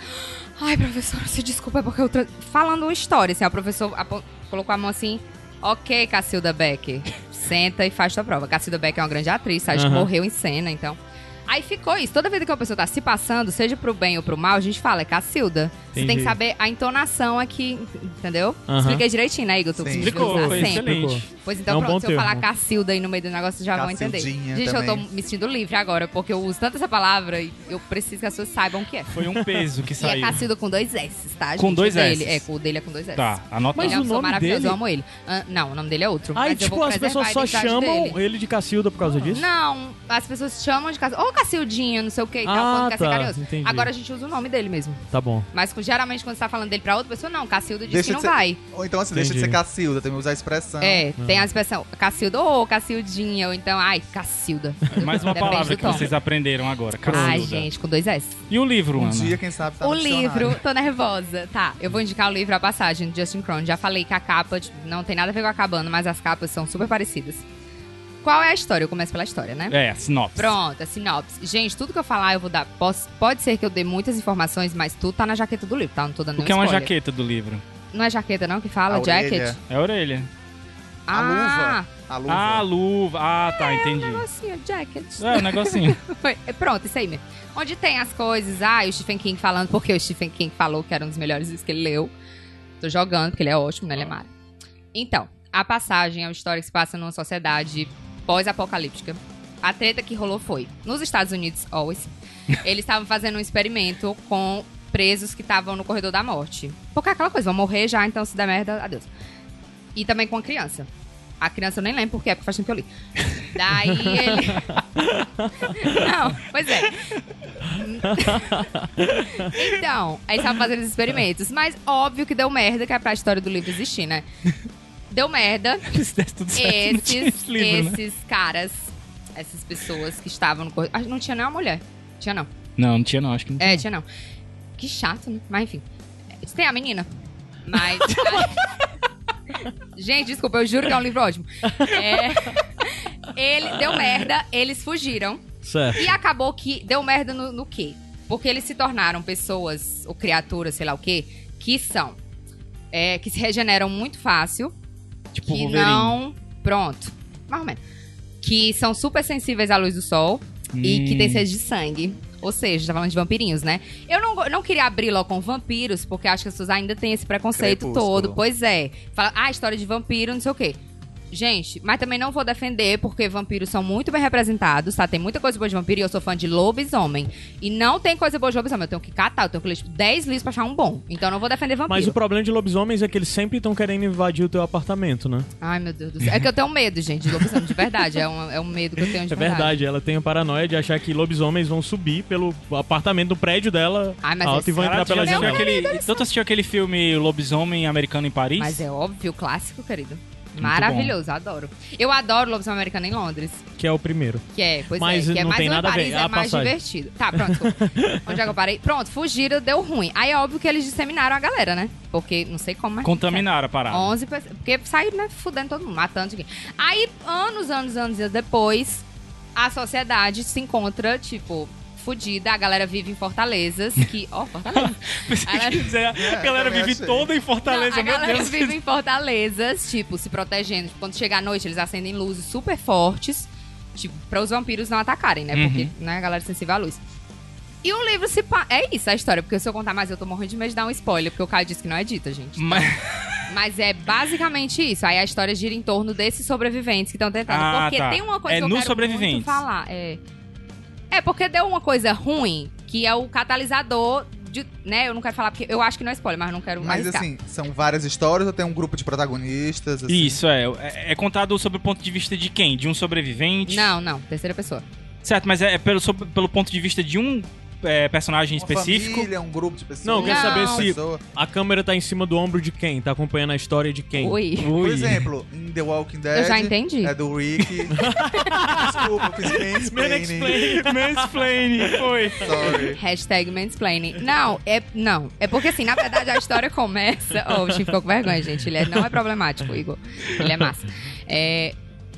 S4: Ai, professora, se desculpa, é porque eu. tra- Falando uma história, assim, ó, o professor apo- colocou a mão assim. Ok, Cacilda Becker, senta e faz tua prova. Cacilda Becker é uma grande atriz, sabe?
S2: Aham.
S4: Morreu em cena, então. Aí ficou isso. Toda vez que uma pessoa tá se passando, seja pro bem ou pro mal, a gente fala, é Cacilda. Você tem
S2: Entendi.
S4: que saber a entonação aqui, entendeu?
S2: Aham.
S4: Expliquei direitinho, né, Igor? Tu
S3: Sim.
S4: conseguiu
S1: Explicou,
S4: usar
S1: foi
S4: sempre.
S1: excelente.
S4: Pois então,
S2: É um bom
S4: pronto, se eu
S2: termo.
S4: falar Cacilda aí no meio do negócio, já vão entender.
S3: Cacildinha
S4: Gente, eu tô
S3: também.
S4: me sentindo livre agora, porque eu uso tanto essa palavra e eu preciso que as pessoas saibam o que é.
S1: Foi um peso que
S4: (laughs) E é
S1: saiu.
S4: Cacilda com dois S, tá?
S1: Com
S4: gente?
S1: dois
S4: O dele-
S1: Ss.
S4: É, com- o dele é com dois S.
S1: Tá, anota
S2: Mas
S4: ele
S1: aí.
S2: o
S4: é uma pessoa
S2: nome
S4: maravilhosa,
S2: dele-
S4: eu amo ele. Ah, não, o nome dele é outro.
S2: Aí,
S4: mas eu
S2: tipo,
S4: vou
S2: as
S4: preservar
S2: pessoas
S4: a
S2: só
S4: identidade
S2: chamam
S4: dele.
S2: ele é de Cacilda por causa disso?
S4: Não, as pessoas chamam de Cacilda. Ô, Cacildinha, não sei o que e tal,
S2: Ah,
S4: quando quer ser
S2: tá,
S4: carinhoso.
S2: entendi.
S4: Agora a gente usa o nome dele mesmo.
S2: Tá bom.
S4: Mas com- geralmente quando você tá falando dele pra outra pessoa, não, Cacilda diz
S3: Deixa
S4: que
S3: de
S4: não
S3: ser- Ah,
S4: vai.
S3: Ou então assim, deixa de
S2: Entendi.
S3: ser Cacilda, tem que usar a expressão.
S4: É, tem a expressão Cacilda, ô, Cacildinha, ou então, ai, Cacilda.
S1: Mais uma
S4: um Depende
S1: palavra
S4: do
S1: que
S4: tom.
S1: vocês aprenderam agora, Cacilda.
S4: Ai, gente, com dois S.
S1: E o livro,
S3: Um
S1: Ana?
S3: dia, quem sabe, tá
S4: o
S3: no dicionário.
S4: livro, tô nervosa. Tá, eu vou indicar o livro A Passagem, do Justin Cronin. Já falei que a capa tipo, não tem nada a ver com a cabana, mas as capas são super parecidas. Qual é a história? Eu começo pela história, né?
S1: É, a sinopse.
S4: Pronto, a sinopse. Gente, tudo que eu falar, eu vou dar. Posso- pode ser que eu dê muitas informações, mas tudo tá na jaqueta do livro, tá? Não tô dando
S1: O que é uma
S4: nenhum spoiler.
S1: jaqueta do livro?
S4: Não é jaqueta, não, que fala?
S3: A orelha,
S4: Jacket?
S1: É a orelha.
S3: A
S4: ah,
S3: luva. A luva.
S1: Ah, luva. Ah, tá,
S4: É,
S1: entendi.
S4: negocinho, jacket.
S1: É, o
S4: (laughs)
S1: negocinho.
S4: Foi- é, Pronto, isso aí mesmo. Onde tem as coisas, ah, e o Stephen King falando, porque o Stephen King falou que era um dos melhores livros que ele leu. Tô jogando, porque ele é ótimo, né, Lemara? Então, a passagem é uma história que se passa numa sociedade pós-apocalíptica. A treta que rolou foi, nos Estados Unidos, always, eles estavam fazendo um experimento com presos que estavam no corredor da morte. Porque é aquela coisa, vão morrer já, então se der merda, adeus. E também com a criança. A criança eu nem lembro porque é, porque faz tempo que eu li. Daí ele. Não, pois é. Então, aí tava fazendo os experimentos. Mas óbvio que deu merda, que é pra história do livro existir, né? Deu merda.
S1: Se desse tudo certo, não tinha
S4: Esses,
S1: esse é livro, né?
S4: esses caras, essas pessoas que estavam no corredor. Não tinha nem uma mulher. Tinha não.
S1: Não, não tinha não, acho que não tinha.
S4: É, tinha não. Que chato, né? Mas enfim. É, Tem a menina.
S1: (laughs)
S4: Mas. Gente, desculpa, eu juro que é um livro ótimo. É, Ele deu merda, eles fugiram.
S2: Certo.
S4: E acabou que deu merda no, no quê? Porque eles se tornaram pessoas, ou criaturas, sei lá o quê, que são. é, que se regeneram muito fácil.
S1: Tipo
S4: que
S1: Wolverine.
S4: não. Pronto. Mais ou menos. Que são super sensíveis à luz do sol e que
S1: Hum.
S4: tem sede de sangue. Ou seja, tá falando de vampirinhos, né? Eu não, go- não queria abrir logo com vampiros, porque acho que as pessoas ainda têm esse preconceito
S3: Crepúsculo.
S4: todo. Pois é. Fala, ah, história de vampiro, não sei o quê. Gente, mas também não vou defender, porque vampiros são muito bem representados, tá? Tem muita coisa boa de vampiro e eu sou fã de lobisomem. E não tem coisa boa de lobisomem. Eu tenho que catar, eu tenho que ler tipo, 10 livros pra achar um bom. Então eu não vou defender vampiro.
S2: Mas o problema de lobisomens é que eles sempre estão querendo invadir o teu apartamento, né?
S4: Ai, meu Deus do céu. É que eu tenho medo, gente, de lobisomem, de verdade. É um, é um medo que eu tenho de
S2: É verdade, ela tem a paranoia de achar que lobisomens vão subir pelo apartamento do prédio dela
S4: Ai, mas
S2: alto
S4: é
S2: e vão entrar
S1: Caralho,
S2: pela
S1: tu já
S4: Não,
S1: assistiu
S2: janela.
S1: aquele, tanto assistiu aquele filme Lobisomem Americano em Paris?
S4: Mas é óbvio, clássico, querido. Maravilhoso, adoro. Eu adoro Lobisomem Americano em Londres,
S2: Que é o primeiro.
S4: que é, pois
S2: Mas
S4: é, que é
S2: não
S4: mais
S2: tem
S4: um em
S2: nada a ver,
S4: Paris,
S2: é
S4: é
S2: a
S4: mais
S2: passagem.
S4: divertido. Tá, pronto.
S2: (laughs)
S4: desculpa. Onde é que eu parei? Pronto, fugiram, deu ruim. Aí é óbvio que eles disseminaram a galera, né? Porque não sei como, mas
S1: Contaminaram a parada.
S4: 11 pessoas. Porque saiu, né, fudendo todo mundo, matando isso aqui. Aí, anos, anos, anos depois, a sociedade se encontra, tipo, fudida. A galera vive em Fortalezas, que... Ó, Fortaleza.
S1: (laughs) Pensei
S4: Ela-
S1: que ia dizer, a galera
S3: É, também
S1: vive
S3: achei.
S1: toda em Fortaleza,
S4: Não, a
S1: meu
S4: galera
S1: Deus.
S4: vive em Fortalezas, tipo, se protegendo. Tipo, quando chega a noite, eles acendem luzes super fortes, tipo, pra os vampiros não atacarem, né?
S1: Uhum.
S4: Porque, né, a galera é sensível à luz. E o livro se... Pa... É isso a história, porque se eu contar mais, eu tô morrendo de medo de dar um spoiler, porque o Caio disse que não é dita,
S1: (laughs)
S4: gente.
S1: Mas-
S4: Mas é basicamente isso. Aí a história gira em torno desses sobreviventes que estão tentando.
S1: Ah,
S4: porque
S1: tá.
S4: tem uma coisa
S1: É
S4: que eu
S1: nos
S4: quero
S1: sobreviventes.
S4: muito falar. É... é porque deu uma coisa ruim, que é o catalisador de... Né? Eu não quero falar, porque eu acho que não é spoiler, mas tá. não quero
S3: Mas
S4: arriscar.
S3: assim, são várias histórias ou tem um grupo de protagonistas? Assim?
S1: Isso, é. É- É contado sob o ponto de vista de quem? De um sobrevivente?
S4: Não, não. Terceira pessoa.
S1: Certo, mas é é pelo, sob- pelo ponto de vista de um é, personagem
S3: Uma
S1: específico.
S3: família, um grupo de pessoas?
S2: Não,
S4: eu quero saber
S3: uma
S2: se-
S3: pessoa?
S2: A câmera tá em cima do ombro de quem? Tá acompanhando a história de quem?
S4: Oi.
S3: Por
S1: Ui.
S3: exemplo, em The Walking Dead...
S4: Eu já entendi.
S3: É
S2: (laughs)
S3: do Rick. Desculpa, eu fiz mansplaining.
S1: Mansplaining, foi.
S3: Sorry.
S4: Hashtag mansplaining. Não, é. Não. É porque assim, na verdade, a história começa. (laughs) Oh, o Chico ficou com vergonha, gente. Ele é- não é problemático, Igor. Ele é massa. É,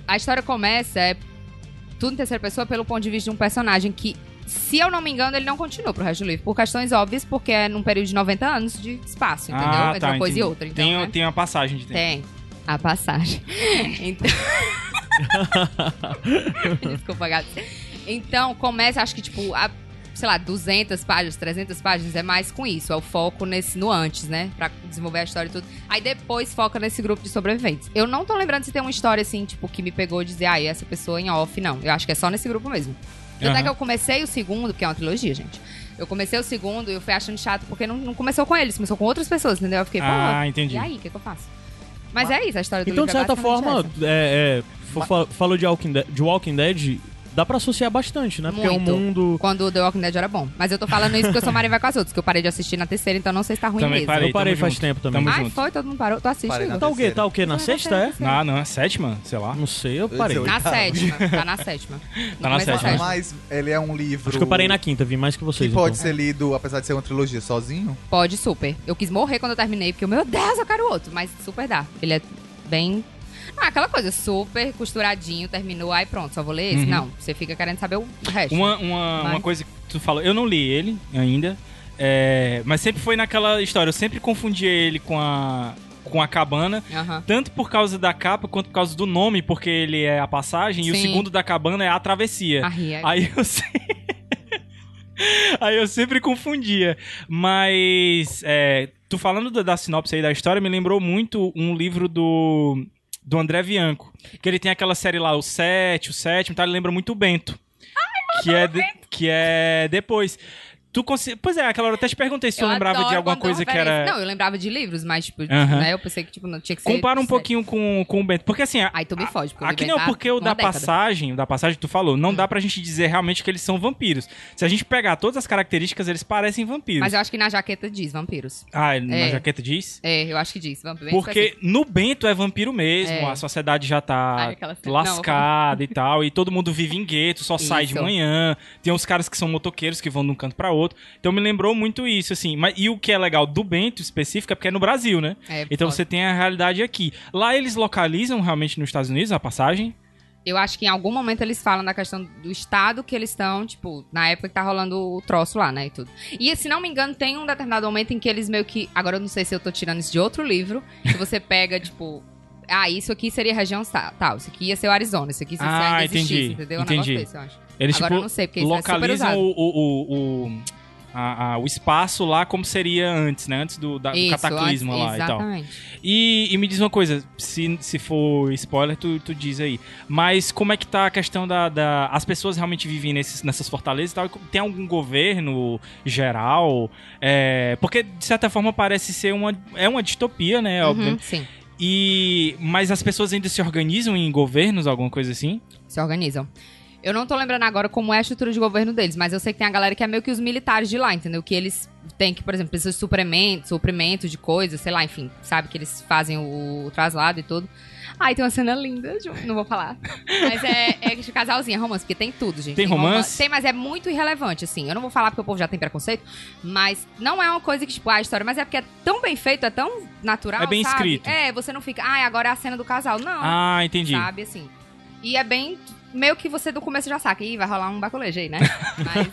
S4: a história começa é, tudo em terceira pessoa pelo ponto de vista de um personagem que, se eu não me engano, ele não continua pro resto do livro. Por questões óbvias, porque é num período de 90 anos de espaço, (laughs) entendeu?
S1: Ah,
S4: Entre
S1: tá,
S4: uma coisa
S1: entendi.
S4: e outra. Então,
S1: tem,
S4: né?
S1: tem uma passagem de tempo.
S4: Tem. A passagem. Então... (laughs) Desculpa, gato. Então, começa, acho que, tipo, a, sei lá, 200 páginas, 300 páginas, é mais com isso. É o foco nesse, no antes, né? Pra desenvolver a história e tudo. Aí depois foca nesse grupo de sobreviventes. Eu não tô lembrando se tem uma história, assim, tipo, que me pegou dizer, ah, e essa pessoa em off, não. Eu acho que é só nesse grupo mesmo. Tanto
S1: Aham.
S4: é que eu comecei o segundo, porque é uma trilogia, gente. Eu comecei o segundo e eu fui achando chato, porque não, não começou com eles, começou com outras pessoas, entendeu? Eu fiquei, pô,
S1: Ah, entendi.
S4: e aí, o que, que eu faço? Mas é isso, a história do
S2: Então, de
S4: livro é
S2: certa
S4: basicamente
S2: forma,
S4: essa.
S2: é, é, fa- fa- falou de Walking, Dead, de Walking Dead, dá pra associar bastante, né? Porque é um
S4: Muito.
S2: mundo.
S4: Quando o The Walking Dead era bom. Mas eu tô falando isso porque eu sou Maria vai com as outras, que eu parei de assistir na terceira, então não sei se tá ruim
S1: Também
S4: mesmo.
S1: parei.
S2: Eu parei
S1: tamo
S2: faz
S1: junto.
S2: tempo também.
S1: Tamo
S4: Ai,
S1: junto.
S4: foi, todo mundo parou. Tu assiste,
S3: Parei na
S4: Igor?
S2: Tá o quê?
S3: terceira.
S2: Tá o quê? Na
S4: Não,
S2: sexta,
S4: na
S2: é?
S4: terceira.
S1: Ah, não, é sétima, sei lá.
S2: Não sei, eu parei.
S3: Eu
S1: é
S3: sei,
S4: Na
S3: Oitava.
S4: sétima. Tá na
S1: (laughs)
S4: sétima. No
S1: Tá na
S4: começo da
S1: sétima.
S3: Mas ele é um livro...
S2: Acho que eu parei na quinta, vi mais que
S3: Que
S2: vocês.
S3: pode
S2: então.
S3: ser lido, apesar de ser uma trilogia, sozinho?
S4: Pode, super. Eu quis morrer quando eu terminei, porque, eu, meu Deus, eu quero outro. Mas super dá. Ele é bem... Ah, aquela coisa, super costuradinho, terminou, aí pronto, só vou ler esse.
S1: Uhum.
S4: Não, você fica querendo saber o resto.
S1: Uma, uma,
S4: Vai.
S1: uma coisa que tu falou, eu não li ele ainda, é, mas sempre foi naquela história, eu sempre confundia ele com a, com a cabana,
S4: Aham.
S1: tanto por causa da capa quanto por causa do nome, porque ele é a passagem, e o
S4: Sim.
S1: segundo da cabana é a travessia.
S4: A Ria.
S1: Aí eu se- (laughs) Aí eu sempre confundia. Mas é, tu falando da, da sinopse aí da história, me lembrou muito um livro do do André Bianco. Que ele tem aquela série lá, o 7, o 7, tá? Ele lembra muito o Bento. que é de- que é depois. Tu consi... Pois é, aquela hora eu até te perguntei se tu
S4: Eu
S1: lembrava de
S4: adoro
S1: alguma
S4: quando
S1: coisa que
S4: referência-
S1: era.
S4: Não, eu lembrava de livros, mas, tipo,
S1: Aham.
S4: né, eu pensei que, tipo, não tinha que ser...
S1: Compara um pouquinho com, com o Bento. Porque assim. a-
S4: Aí tu me fode, porque o
S1: Aqui
S4: Bento
S1: não,
S4: tá
S1: porque o
S4: uma
S1: da
S4: década. Hum.
S1: passagem, o da passagem que tu falou, não dá pra gente dizer realmente que eles são vampiros. Se a gente pegar todas as características, eles parecem vampiros.
S4: Mas eu acho que na jaqueta diz vampiros.
S1: Ah, na
S4: É.
S1: jaqueta diz?
S4: É, eu acho que diz. Vampiros,
S1: Porque no Bento é vampiro mesmo,
S4: É.
S1: a sociedade já tá
S4: Ai, aquela cena-
S1: lascada e tal, e todo mundo vive em gueto, só sai de
S4: Isso.
S1: manhã. Tem uns caras que são motoqueiros que vão de um canto pra outro. Então me lembrou muito isso, assim. Mas, e o que é legal do Bento específico é porque é no Brasil, né?
S4: É,
S1: então
S4: foda.
S1: você tem a realidade aqui. Lá eles localizam realmente nos Estados Unidos a passagem?
S4: Eu acho que em algum momento eles falam da questão do estado que eles estão, tipo, na época que tá rolando o troço lá, né, e tudo. E se não me engano, tem um determinado momento em que eles meio que... Agora eu não sei se eu tô tirando isso de outro livro, que
S1: (laughs)
S4: você pega, tipo... Ah, isso aqui seria região ta- tal, isso aqui ia ser o Arizona, isso aqui se isso
S1: Ah,
S4: ainda existisse,
S1: entendi,
S4: entendeu? Um
S1: entendi.
S4: negócio desse, eu acho.
S1: Eles,
S4: Agora eu
S1: tipo,
S4: não sei, porque isso é super
S1: localizam
S4: usado.
S1: o, o, o, o, a- a- o espaço lá como seria antes, né? Antes do, da- do
S4: Isso,
S1: cataclisma
S4: antes-
S1: lá e tal.
S4: exatamente.
S1: E, e me diz uma coisa, se, se for spoiler, tu, tu diz aí. Mas como é que tá a questão da. da- as pessoas realmente vivem nesses, nessas fortalezas e tal? Tem algum governo geral? É, porque, de certa forma, parece ser uma. É uma distopia, né?
S4: Uhum,
S1: Obviamente.
S4: sim,
S1: E. Mas as pessoas ainda se organizam em governos, alguma coisa assim?
S4: se organizam. Eu não tô lembrando agora como é a estrutura de governo deles, mas eu sei que tem a galera que é meio que os militares de lá, entendeu? Que eles têm que, por exemplo, precisam de suplemento, suprimento de coisas, sei lá, enfim, sabe? Que eles fazem o, o traslado e tudo. Ai, tem uma cena linda, de um- não vou falar. Mas é, é de casalzinho, é romance, porque tem tudo, gente.
S1: Tem romance?
S4: Tem, mas é muito irrelevante, assim. Eu não vou falar porque o povo já tem preconceito, mas não é uma coisa que, tipo, ah, a história, mas é porque é tão bem feito, é tão natural.
S1: É bem
S4: sabe?
S1: escrito.
S4: É, você não fica, ai, agora é a cena do casal. Não.
S1: Ah, entendi.
S4: Sabe, assim. E é bem. Meio que você do começo já saca. Ih, vai rolar um
S1: (laughs)
S4: baculejo aí, né? Mas.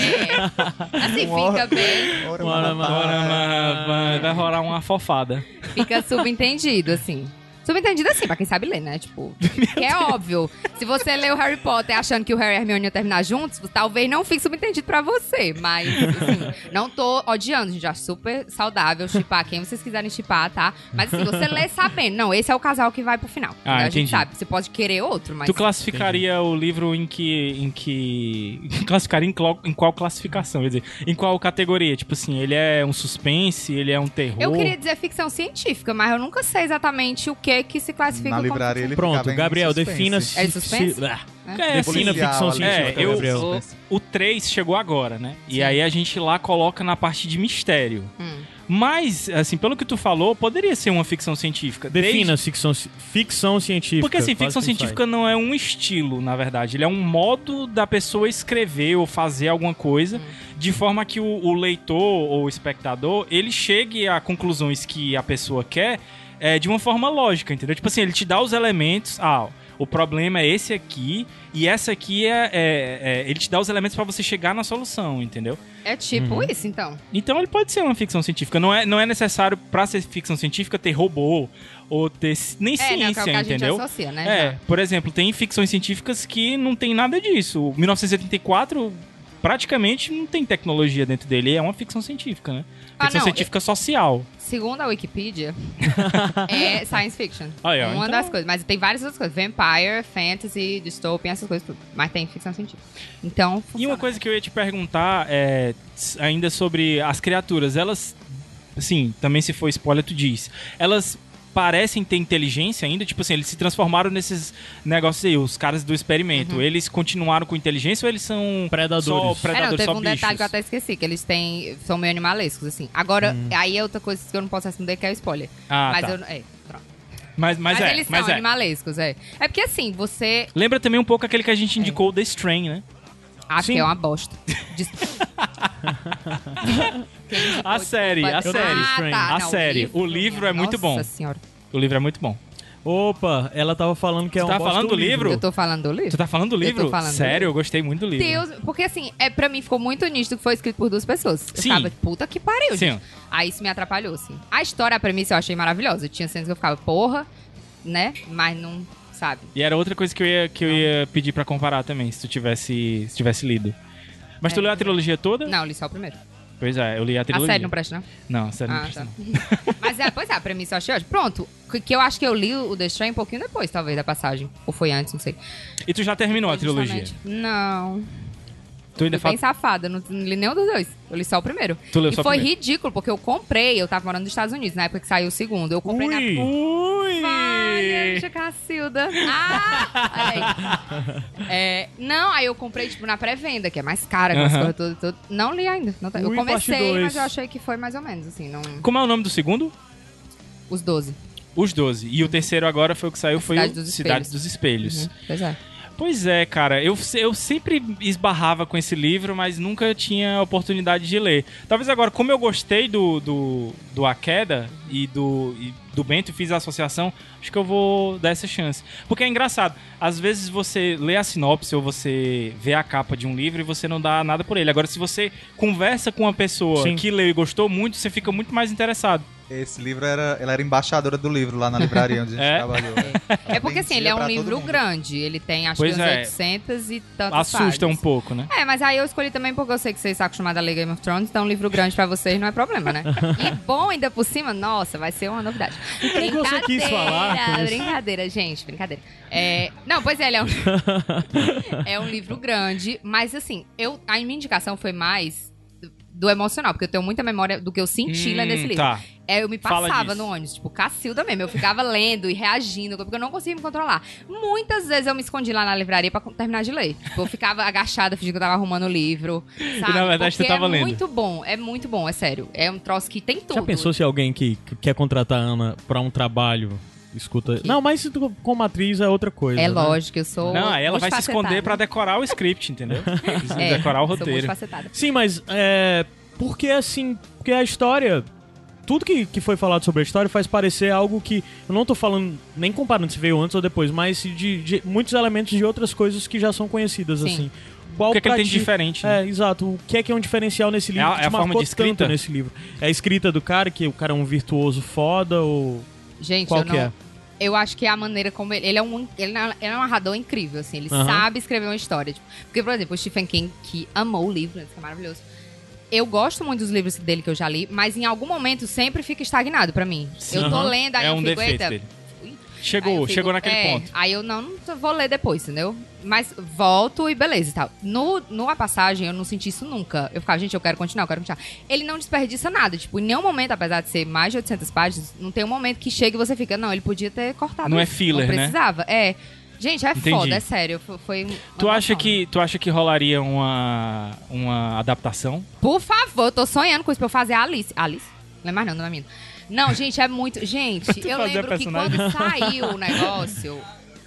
S4: é.
S1: Um
S4: Assim,
S3: Uma
S4: fica
S3: hora-
S4: bem.
S3: Ora,
S2: Ora,
S3: mas-
S2: ora,
S1: Ah, vai, vai rolar uma fofada.
S4: Fica subentendido, assim. Subentendido assim, pra quem sabe ler,
S1: (laughs)
S4: né? Tipo, que é óbvio. Se você lê o Harry Potter achando que o Harry e a Hermione iam terminar juntos, talvez não fique subentendido pra você. Mas, assim, não tô odiando, gente. Acho super saudável chipar quem vocês quiserem chipar, tá? Mas, assim, você lê sabendo. Não, esse é o casal que vai pro final.
S1: Ah,
S4: a
S1: entendi.
S4: gente sabe. Você pode querer outro, mas...
S1: tu classificaria o livro em que. em que. (laughs) classificaria em, clo- em qual classificação? Quer dizer, em qual categoria? Tipo assim, ele é um suspense, ele é um terror.
S4: Eu queria dizer ficção científica, mas eu nunca sei exatamente o que que se classifica
S3: Na
S4: como
S3: livraria ele
S2: Pronto,
S3: ficava em
S2: Gabriel,
S3: suspense.
S2: defina
S4: É
S2: se.
S4: suspense?
S2: se- ah,
S1: É, assim,
S2: defina
S3: policial,
S2: ficção
S1: científica,
S3: ali, tipo,
S2: científica,
S1: é, eu-
S2: Gabriel.
S4: sou-
S1: o 3 chegou agora, né? E
S4: Sim.
S1: aí a gente lá coloca na parte de mistério.
S4: Hum.
S1: Mas, assim, pelo que tu falou, poderia ser uma ficção científica.
S2: Defina
S1: Desde-
S2: ficção, ci- ficção científica.
S1: Porque, assim,
S2: quase
S1: ficção
S2: que
S1: científica não é um estilo, na verdade. Ele é um modo da pessoa escrever ou fazer alguma coisa de forma que o, o leitor ou o espectador ele chegue a conclusões que a pessoa quer é, de uma forma lógica, entendeu? Tipo assim, ele te dá os elementos. Ah, o problema é esse aqui e essa aqui é. é- é- ele te dá os elementos pra você chegar na solução, entendeu?
S4: É tipo
S3: Uhum.
S4: isso, então.
S1: Então ele pode ser uma ficção científica. Não é, não é necessário pra ser ficção científica ter robô ou ter ci- nem
S4: é, né, que é o
S1: ciência,
S4: que a gente
S1: entendeu?
S4: associa, né?
S1: É, por exemplo, tem ficções científicas que não tem nada disso. O 1984 praticamente não tem tecnologia dentro dele, é uma ficção científica, né?
S4: Ah,
S1: Ficção
S4: não, é,
S1: científica social.
S4: Segundo
S1: (laughs)
S4: a Wikipedia, é science fiction.
S1: Aí, ó,
S4: Uma
S1: então-
S4: das coisas. Mas tem várias outras coisas. Vampire, fantasy, dystopian, essas coisas tudo. Mas tem ficção científica. Então,
S1: E uma
S4: funciona.
S1: coisa que eu ia te perguntar é s- ainda sobre as criaturas, elas assim, também se for spoiler tu diz. Elas parecem ter inteligência ainda, tipo assim, eles se transformaram nesses negócios aí, os caras do experimento.
S4: Uhum.
S1: Eles continuaram com inteligência ou eles são
S2: Predadores.
S1: só
S4: É, não,
S1: predadores,
S4: teve
S1: só
S4: um
S1: bichos?
S4: detalhe que eu até esqueci, que eles têm. são meio animalescos, assim. Agora,
S3: Hum.
S4: aí é outra coisa que eu não posso responder, que é o spoiler.
S1: Ah,
S4: mas
S1: tá.
S4: eu. É, pronto.
S1: Mas, mas, é,
S4: eles
S1: mas
S4: são
S1: é.
S4: animalescos, é. É porque assim, você.
S1: Lembra também um pouco aquele que a gente
S4: É.
S1: indicou, o The Strain, né?
S4: Ah,
S1: Sim.
S4: porque é uma
S1: (laughs)
S4: bosta. Des-
S1: (laughs) A série, a
S4: Pode-
S1: série.
S4: Ah, tá,
S1: a
S4: não,
S1: série. O livro é muito bom.
S4: Nossa senhora.
S1: O livro é muito bom.
S2: Opa, ela tava falando que é
S1: Tu
S2: um
S1: tava
S2: bosta
S1: tá falando do livro?
S4: Eu tô falando do livro.
S1: Tu tá falando do
S4: tô
S1: livro?
S4: falando do
S1: Sério,
S4: livro.
S1: eu gostei muito do livro.
S4: Deus, porque assim, é, pra mim ficou muito nítido que foi escrito por duas pessoas.
S1: Sim.
S4: Eu ficava, puta que pariu,
S1: Sim.
S4: gente. Aí isso me atrapalhou, assim. A história, a premissa, eu achei maravilhosa. Tinha cenas que eu ficava, porra, né? Mas não, sabe?
S1: E era outra coisa que eu ia, que eu ia pedir pra comparar também, se tu tivesse, se tivesse lido. Mas tu leu a trilogia toda?
S4: É. Não, eu li só o primeiro.
S1: Pois é, eu li a
S4: A
S1: trilogia.
S4: série não presta, não?
S1: Não, a série não
S4: Ah,
S1: presta.
S4: tá.
S1: não.
S4: (laughs) Mas é, pois é, a premissa eu achei ótima. Pronto, Que, que eu acho que eu li o The Strain um pouquinho depois, talvez, da passagem. Ou foi antes, não sei.
S1: E tu já terminou a trilogia?
S4: Justamente. Não.
S1: Tu ainda
S4: Fui bem
S1: faz.
S4: safada, não, não li nenhum dos dois. Eu li só o primeiro.
S1: Tu leu
S4: e
S1: só o
S4: foi
S1: primeiro.
S4: ridículo, porque eu comprei, eu tava morando nos Estados Unidos, na época que saiu o segundo. Eu comprei na.
S2: Ui!
S1: Ui!
S4: Ai, gente, Cacilda. Ah! Olha aí. É, não, aí eu comprei, tipo, na pré-venda, que é mais cara, com as
S1: Aham.
S4: coisas todas, tudo. Não li ainda. não tá- eu
S2: Ui,
S4: comecei,
S2: parte dois.
S4: mas eu achei que foi mais ou menos, assim, não...
S1: Como é o nome do segundo?
S4: Os 12.
S1: Os 12. E o terceiro agora foi o que saiu, foi
S4: Cidade
S1: o
S4: dos
S1: Cidade
S4: Espelhos.
S1: dos Espelhos.
S4: Uhum, Pois é.
S1: Pois é, cara. Eu, se- eu sempre esbarrava com esse livro, mas nunca tinha oportunidade de ler. Talvez agora, como eu gostei do, do, do A Queda e do, e do Bento e fiz a associação, acho que eu vou dar essa chance. Porque é engraçado. Às vezes você lê a sinopse ou você vê a capa de um livro e você não dá nada por ele. Agora, se você conversa com uma pessoa
S2: Sim.
S1: que leu e gostou muito, você fica muito mais interessado.
S3: Esse livro era. Ela era embaixadora do livro lá na livraria onde a gente
S1: É?
S3: trabalhou.
S4: É porque, assim, ele é um
S3: Pra todo
S4: livro
S3: mundo.
S4: grande. Ele tem, acho
S1: Pois
S4: que, uns
S1: é.
S4: 800 e tantas
S1: Assusta um
S4: páginas.
S1: pouco, né?
S4: É, mas aí eu escolhi também porque eu sei que vocês estão acostumados a ler Game of Thrones, então um livro grande pra vocês não é problema, né? e bom ainda por cima, nossa, vai ser uma novidade.
S2: que você
S4: Brincadeira,
S2: quis falar com isso?
S4: brincadeira, gente, brincadeira. É, não, pois é, ele é um,
S2: (laughs)
S4: é um livro grande, mas assim, eu, a minha indicação foi mais do- do emocional, porque eu tenho muita memória do que eu senti lá
S1: Hum,
S4: nesse livro.
S1: Tá.
S4: É, eu me
S1: Fala
S4: passava
S1: disso.
S4: no ônibus, tipo, cacilda mesmo. Eu ficava lendo e reagindo, porque eu não conseguia me controlar. Muitas vezes eu me escondi lá na livraria pra terminar de ler. Tipo, eu ficava agachada, fingindo que eu tava arrumando o livro. Sabe?
S1: na verdade, tu
S4: Porque
S1: tava
S4: é
S1: lendo.
S4: muito bom, é muito bom, é sério. É um troço que tem tudo.
S2: Já pensou se alguém que, que quer contratar a Ana pra um trabalho escuta. Não, mas se tu- como atriz é outra coisa.
S4: É
S2: né?
S4: lógico, eu sou.
S1: Não, aí ela vai se
S4: multifacetada.
S1: esconder pra decorar o script, entendeu?
S4: É,
S1: decorar o
S4: Sou
S1: roteiro.
S4: multifacetada.
S2: Sim, mas é. Porque assim. Porque a história. Tudo que, que foi falado sobre a história faz parecer algo que. Eu não tô falando, nem comparando se veio antes ou depois, mas de, de muitos elementos de outras coisas que já são conhecidas,
S4: Sim.
S2: assim. Qual
S1: O que é que ele
S2: pra
S1: tem
S2: ti-
S1: de diferente? né?
S2: É, exato. O que é que é um diferencial nesse livro
S1: É a-
S2: que
S1: é
S2: te
S1: a forma
S2: marcou
S1: de escrita?
S2: tanto nesse livro? É a escrita do cara, que o cara é um virtuoso foda ou.
S4: Gente,
S2: Qual
S4: eu
S2: que
S4: não.
S2: é?
S4: Eu acho que a maneira como ele. Ele é um, ele é um- ele é um narrador incrível, assim. Ele
S2: Aham.
S4: sabe escrever uma história. tipo. porque, por exemplo, o Stephen King, que amou o livro, né, que é maravilhoso. Eu gosto muito dos livros dele que eu já li, mas em algum momento sempre fica estagnado pra mim.
S1: Sim.
S4: eu tô
S2: Aham.
S4: lendo, aí
S1: é
S4: eu
S1: um
S4: fico,
S1: defeito
S4: "Eita,
S1: dele.
S4: Aí É. Aí
S1: Chegou,
S4: eu fico,
S1: chegou naquele
S4: é,
S1: ponto.
S4: Aí eu não, não vou ler depois, entendeu? Mas volto e beleza e tal. No, numa passagem, eu não senti isso nunca. Eu ficava, gente, eu quero continuar, eu quero continuar. Ele não desperdiça nada. Tipo, em nenhum momento, apesar de ser mais de 800 páginas, não tem um momento que chega e você fica, não, ele podia ter cortado
S1: Não é
S4: isso.
S1: filler,
S4: Não
S1: né?
S4: precisava. É. Gente, é
S1: Entendi.
S4: foda, é sério. Foi, foi uma
S1: Tu acha,
S4: emoção.
S1: que, tu acha que rolaria uma, uma adaptação?
S4: Por favor, eu tô sonhando com isso pra eu fazer a Alice. Alice? Não é mais não, não é menina. Não, gente, é muito. Gente,
S1: (laughs) Tu
S4: eu
S1: fazia
S4: lembro que
S1: personagem.
S4: quando saiu o negócio,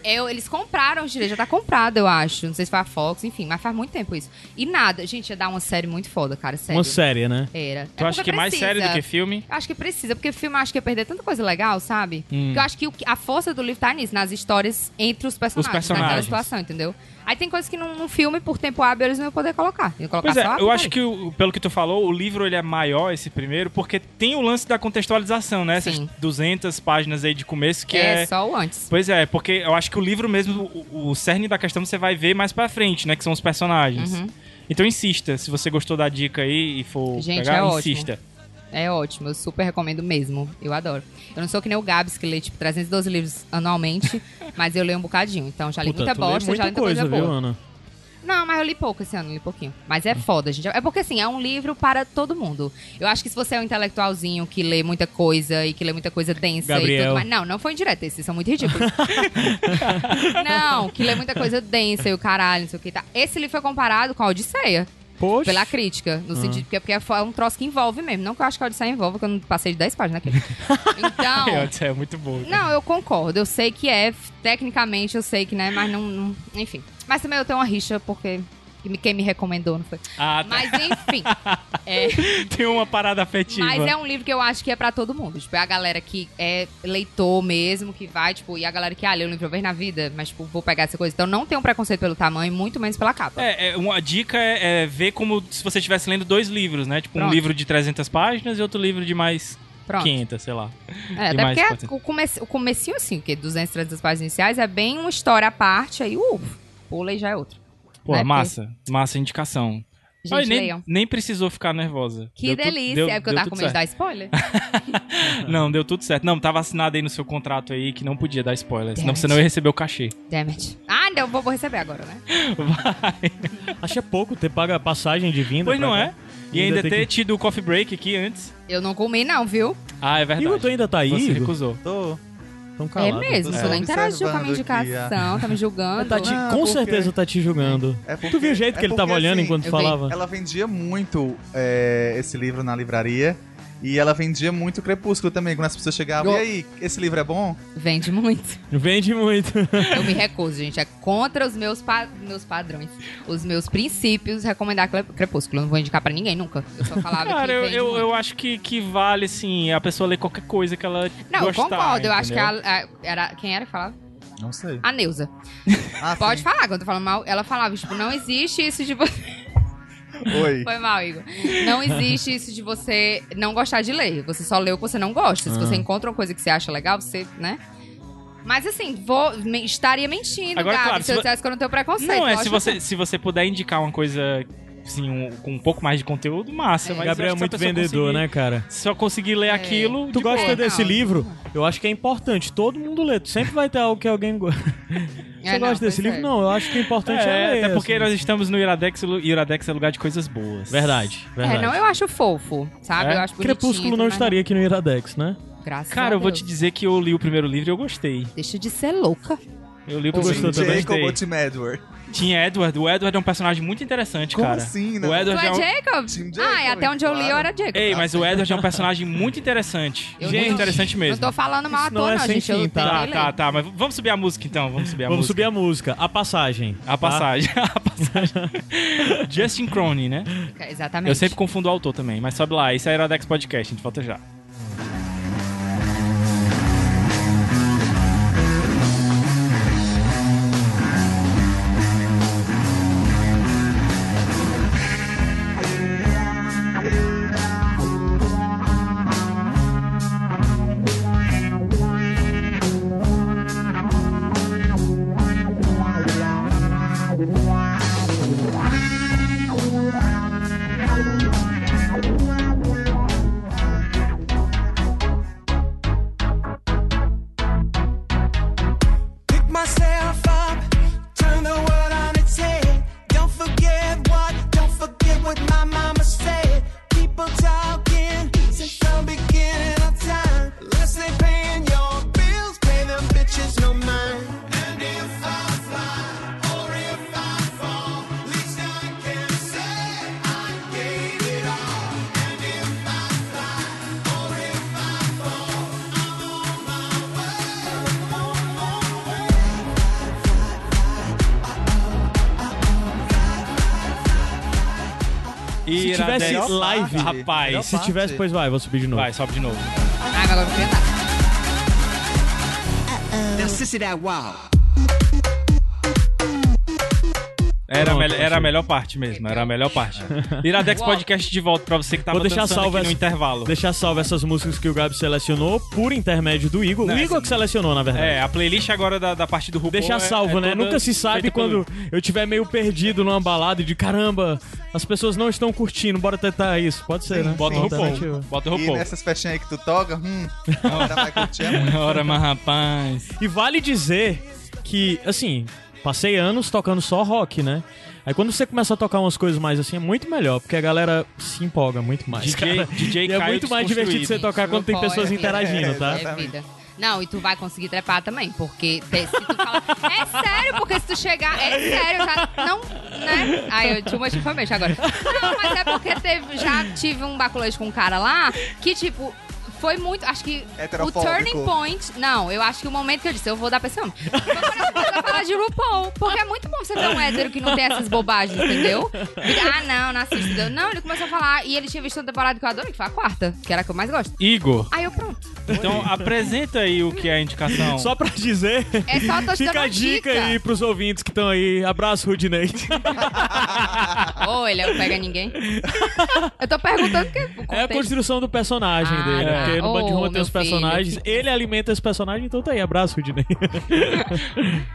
S4: eu- eles compraram os direitos. Já tá comprado, eu acho. Não sei se foi a Fox, enfim, mas faz muito tempo isso. E nada. Gente, ia dar uma série muito foda, cara. Sério.
S2: Uma série, né?
S4: Era.
S1: Tu acha que é mais sério do que filme?
S4: Eu acho que precisa, porque o filme eu acho que ia perder tanta coisa legal, sabe?
S1: Hum.
S4: Porque eu acho que o que- a força do livro tá nisso, nas histórias entre os personagens, naquela
S1: personagens.
S4: situação, entendeu? Aí tem coisas que num, num filme, por tempo hábil, eles não iam poder colocar. Iam colocar
S1: Pois é,
S4: só a
S1: eu acho
S4: putaria.
S1: que, o- pelo que tu falou, o livro ele é maior, esse primeiro, porque tem o lance da contextualização, né? Essas
S4: Sim.
S1: 200 páginas aí de começo que
S4: é,
S1: é...
S4: só o antes.
S1: Pois é, porque eu acho que o livro mesmo, o, o cerne da questão você vai ver mais pra frente, né? Que são os personagens.
S4: Uhum.
S1: Então insista, se você gostou da dica aí e for
S4: Gente,
S1: pegar,
S4: é ótimo.
S1: insista.
S4: É ótimo, eu super recomendo mesmo. Eu adoro. Eu não sou que nem o Gabs, que lê, tipo, 312 livros
S1: (laughs)
S4: anualmente, mas eu leio um bocadinho. Então já li
S2: Puta,
S4: muita
S2: tu lê
S4: bosta, já li
S2: muita
S4: muita
S2: coisa,
S4: coisa,
S2: viu,
S4: boa.
S2: Ana?
S4: Não, mas eu li pouco esse ano, li pouquinho. Mas é foda, gente. É porque, assim, é um livro para todo mundo. Eu acho que se você é um intelectualzinho que lê muita coisa e que lê muita coisa densa e
S2: Gabriel.
S4: tudo mais... Não, não foi indireta, esses são
S2: (laughs)
S4: muito ridículos. não, que lê muita coisa densa e o caralho, não sei o que. Tá. Esse livro foi comparado com a Odisseia.
S2: Poxa.
S4: Pela crítica, no
S1: Hum.
S4: sentido que é porque é um troço que envolve mesmo. Não que eu acho que a Odisseia envolve, que eu não passei de 10 páginas
S1: (laughs)
S4: aqui. Então.
S1: É, é muito bom.
S4: Não, eu concordo. Eu sei que é, tecnicamente eu sei que, né? Mas não. não- enfim. Mas também eu tenho uma rixa, porque que me- quem me recomendou, não foi?
S1: Ah, tá.
S4: Mas
S1: (laughs)
S4: enfim. é,
S1: tem uma parada afetiva.
S4: mas é um livro que eu acho que é pra todo mundo. Tipo, é a galera que é leitor mesmo, que vai, tipo, e a galera que, ah, leu o livro uma vez na vida, mas, tipo, vou pegar essa coisa. Então não tem um preconceito pelo tamanho, muito menos pela capa.
S1: É, é, uma dica é, é ver como se você estivesse lendo dois livros, né? Tipo, um
S4: Pronto.
S1: livro de 300 páginas e outro livro de mais
S4: Pronto.
S1: 500, sei lá. E
S4: É, até
S1: mais
S4: porque
S1: quatro-
S4: o, comece, o comecinho, assim, que 200, 300 páginas iniciais é bem uma história à parte, aí, uff, uh, pula e já é outro.
S1: Pô,
S4: Né? Porque-
S1: massa. Massa a indicação.
S4: Gente,
S1: Olha, nem,
S4: leiam.
S1: nem precisou ficar nervosa.
S4: Que
S1: Deu tu-
S4: delícia.
S1: deu-
S4: é porque eu
S1: deu
S4: tava com
S1: tudo
S4: medo de
S1: certo.
S4: dar spoiler. (laughs)
S1: Não, deu tudo certo. Não, tava assinado aí no seu contrato aí que não podia dar spoiler. Senão
S4: Damn
S1: você não
S4: it.
S1: ia receber o
S4: (laughs)
S1: cachê.
S4: Damn it. Ah, não, vou, vou receber agora, né?
S1: Vai.
S2: Acho que é pouco ter paga a passagem de vinda.
S1: Pois
S2: pra
S1: não
S2: cá.
S1: é? E ainda,
S2: tem
S1: ter
S2: que-
S1: tido o coffee break aqui antes.
S4: Eu não comi, não, viu?
S1: Ah, é verdade.
S2: Igor, tu ainda tá aí?
S1: Você
S2: Igor?
S1: recusou.
S3: Tô.
S2: Tão calado.
S4: é mesmo,
S3: tô
S4: você
S3: só
S4: não interagiu com a minha
S3: observando
S1: é.
S3: aqui, ah.
S4: indicação, tá
S1: (laughs)
S4: me julgando.
S2: Tá te-
S3: Ah,
S2: com
S3: porque-
S2: certeza tá te julgando.
S3: É porque-
S2: tu viu o jeito
S3: é
S2: que ele tava
S3: porque,
S2: olhando
S3: assim,
S2: enquanto
S4: eu
S2: falava?
S3: Ela vendia muito é, esse livro na livraria. E ela vendia muito Crepúsculo também, quando as pessoas chegavam.
S4: Eu-
S3: E aí, esse livro é bom?
S4: Vende muito.
S2: Vende muito.
S4: Eu me recuso, gente. É contra os meus, pa- meus padrões, os meus princípios, recomendar Cre- Crepúsculo. Eu não vou indicar pra ninguém nunca. Eu só falava
S1: (laughs) Cara,
S4: que
S1: eu,
S4: vende
S1: eu,
S4: muito.
S1: eu acho que, que vale, assim, a pessoa ler qualquer coisa que ela
S4: Não, eu
S1: gostar,
S4: concordo. Eu acho que
S1: entendeu?
S4: a, a- era, quem era que falava?
S3: Não sei.
S4: A Neuza.
S3: Ah,
S4: Pode
S3: sim.
S4: falar, quando eu falo mal, ela falava, tipo, não existe isso de você.
S3: Oi.
S4: Foi mal, Igor. Não existe isso de você não gostar de ler. Você só lê o que você não gosta. Se você encontra uma coisa que você acha legal, você, né? Mas assim, vou, me- estaria mentindo,
S1: Agora,
S4: Gabi,
S1: claro,
S4: se
S1: se
S4: eu
S1: vo-
S4: dissesse que eu não tenho preconceito.
S1: Não, é
S4: Eu
S1: se
S4: acho
S1: você, se você puder indicar uma coisa, assim, um- com um pouco mais de conteúdo, massa.
S4: É.
S1: Mas eu
S2: Gabriel é
S1: acho que
S2: muito
S1: se a pessoa
S2: vendedor,
S1: conseguir-
S2: né, cara?
S1: Se eu conseguir ler aquilo,
S2: Tu
S1: de
S2: gosta
S1: boa.
S2: desse
S4: não,
S2: livro? Eu acho que é importante. Todo mundo lê. Sempre vai ter algo que alguém gosta.
S4: É,
S2: Você
S4: não,
S2: gosta desse
S4: pois
S2: livro?
S4: é.
S2: Não, eu acho que o importante é,
S1: É,
S2: ler.
S1: até porque
S2: assim.
S1: nós estamos no Iradex e o Iradex é lugar de coisas boas.
S2: Verdade, verdade.
S4: É, não, eu acho fofo, sabe?
S1: É?
S4: Eu acho bonitinho.
S2: Crepúsculo não
S4: mas
S2: estaria aqui no Iradex, né?
S4: Graças
S1: Cara,
S4: a
S1: eu vou
S4: Deus.
S1: te dizer que eu li o primeiro livro e eu gostei.
S4: Deixa de ser louca.
S1: Eu li o primeiro
S2: Tu gostou
S1: livro e eu
S2: também? assim, né?
S3: Jacob
S1: gostei.
S3: ou Tim Edward?
S1: Tim Edward. O Edward é um personagem muito interessante,
S3: Como
S1: cara.
S3: assim, né?
S1: o
S4: Tu
S1: Edward
S4: é
S1: um...
S4: Jacob?
S3: Team Jacob,
S4: Ah, e até onde eu li eu
S3: claro.
S4: era Jacob.
S1: Ei, mas o Edward é um personagem muito interessante.
S4: Eu
S1: muito
S4: não-
S1: interessante mesmo.
S4: Não tô falando mal à
S2: Isso não
S4: toa,
S2: é
S4: não,
S2: sem
S4: gente. Eu
S2: fim, tá?
S1: Tá,
S4: tentei ler.
S1: tá, tá. Mas vamos subir a música então. Vamos subir a
S2: Vamos
S1: música.
S2: subir a música. A passagem.
S1: A passagem. (laughs) A passagem.
S2: (laughs)
S1: Justin Cronin, né?
S4: Exatamente.
S1: Eu sempre confundo o autor também, mas sobe lá. Isso é Iradex Podcast, a gente volta já.
S5: Pick myself up, turn the world on its head. Don't forget what, don't forget what my mama said. People talking since the beginning of time. Unless they paying your bills, pay them bitches no mind. And if I fly, or if I fall, least I can say I gave it all. And if I fly, or if I fall, I'm on my way, on my way.
S2: Se tivesse
S1: Iradex-
S2: live,
S1: rapaz.
S2: Se tivesse, pois vai, vou subir de novo.
S1: Vai, sobe de novo.
S4: Ah, agora eu vou tentar.
S5: Now, sissy, that wow.
S1: Era, a
S2: Pronto,
S1: mel- era a
S2: achei.
S1: melhor parte mesmo, era a melhor
S2: (laughs)
S1: parte. Iradex
S4: Uau.
S1: Podcast de volta pra você que tava
S2: Vou deixar
S1: dançando
S2: salvo
S1: aqui no
S2: essa-
S1: intervalo.
S2: Deixar salvo essas músicas que o Gabi selecionou por intermédio do Igor.
S1: Não,
S2: o Igor
S1: essa-
S2: que selecionou, na verdade.
S1: É, a playlist agora da, da parte do RuPaul
S2: Deixar
S1: é-
S2: salvo,
S1: é
S2: né?
S1: toda
S2: Nunca se sabe
S1: feita
S2: quando
S1: pelo-
S2: eu tiver meio perdido numa balada e de caramba, as pessoas não estão curtindo, bora tentar isso. Pode ser, né?
S1: Bota o
S2: Uma
S1: RuPaul.
S2: alternativa.
S1: Bota o
S3: E
S1: RuPaul.
S3: nessas festinhas aí que tu toca, hum, a hora vai curtir é muito.
S1: Ora, mas rapaz.
S2: E vale dizer que, assim, passei anos tocando só rock, né? Aí quando você começa a tocar umas coisas mais assim, é muito melhor, porque a galera se empolga muito mais.
S1: DJ
S2: cara.
S1: DJ
S2: (laughs) E é
S1: Caio
S2: muito mais divertido você
S4: Gente,
S2: tocar quando tem
S4: RuPaul
S2: pessoas
S4: é vida.
S2: interagindo, tá?
S4: É vida. Não, e tu vai conseguir trepar também, porque te- se tu fala. É sério, porque se tu chegar. É sério, já. Não, né? Ai, eu tinha uma information agora. Não, mas é porque teve, já tive um baculejo com um cara lá que, tipo. Foi muito. Acho que. O
S3: Heterofóbico.
S4: turning point. Não, eu acho que o momento que eu disse, eu vou dar pra esse homem. Foi quando eu comecei a falar de RuPaul. Porque é muito bom você ter um hétero que não tem essas bobagens, entendeu? Fica, Ah, não, não assisto. entendeu? Não, ele começou a falar. E ele tinha visto uma temporada que eu adorei, que foi a quarta, que era a que eu mais gosto.
S1: Igor,
S4: Aí eu, pronto.
S1: então apresenta aí o que é a indicação.
S2: Só pra dizer,
S4: É só tô te dando
S2: fica a
S4: uma
S2: dica
S4: dica.
S2: aí pros ouvintes que estão aí. Abraço,
S4: (laughs)
S2: Rudinei.
S4: Ou ele é o pega ninguém. eu tô perguntando que o
S2: É a
S4: contexto.
S2: construção do personagem
S4: Ah,
S2: dele, né?
S4: tá.
S2: Porque no
S4: Ô,
S2: Band Roma tem
S4: meu
S2: os personagens,
S4: filho.
S2: ele alimenta esse personagem, então tá aí. Abraço, Rudinei.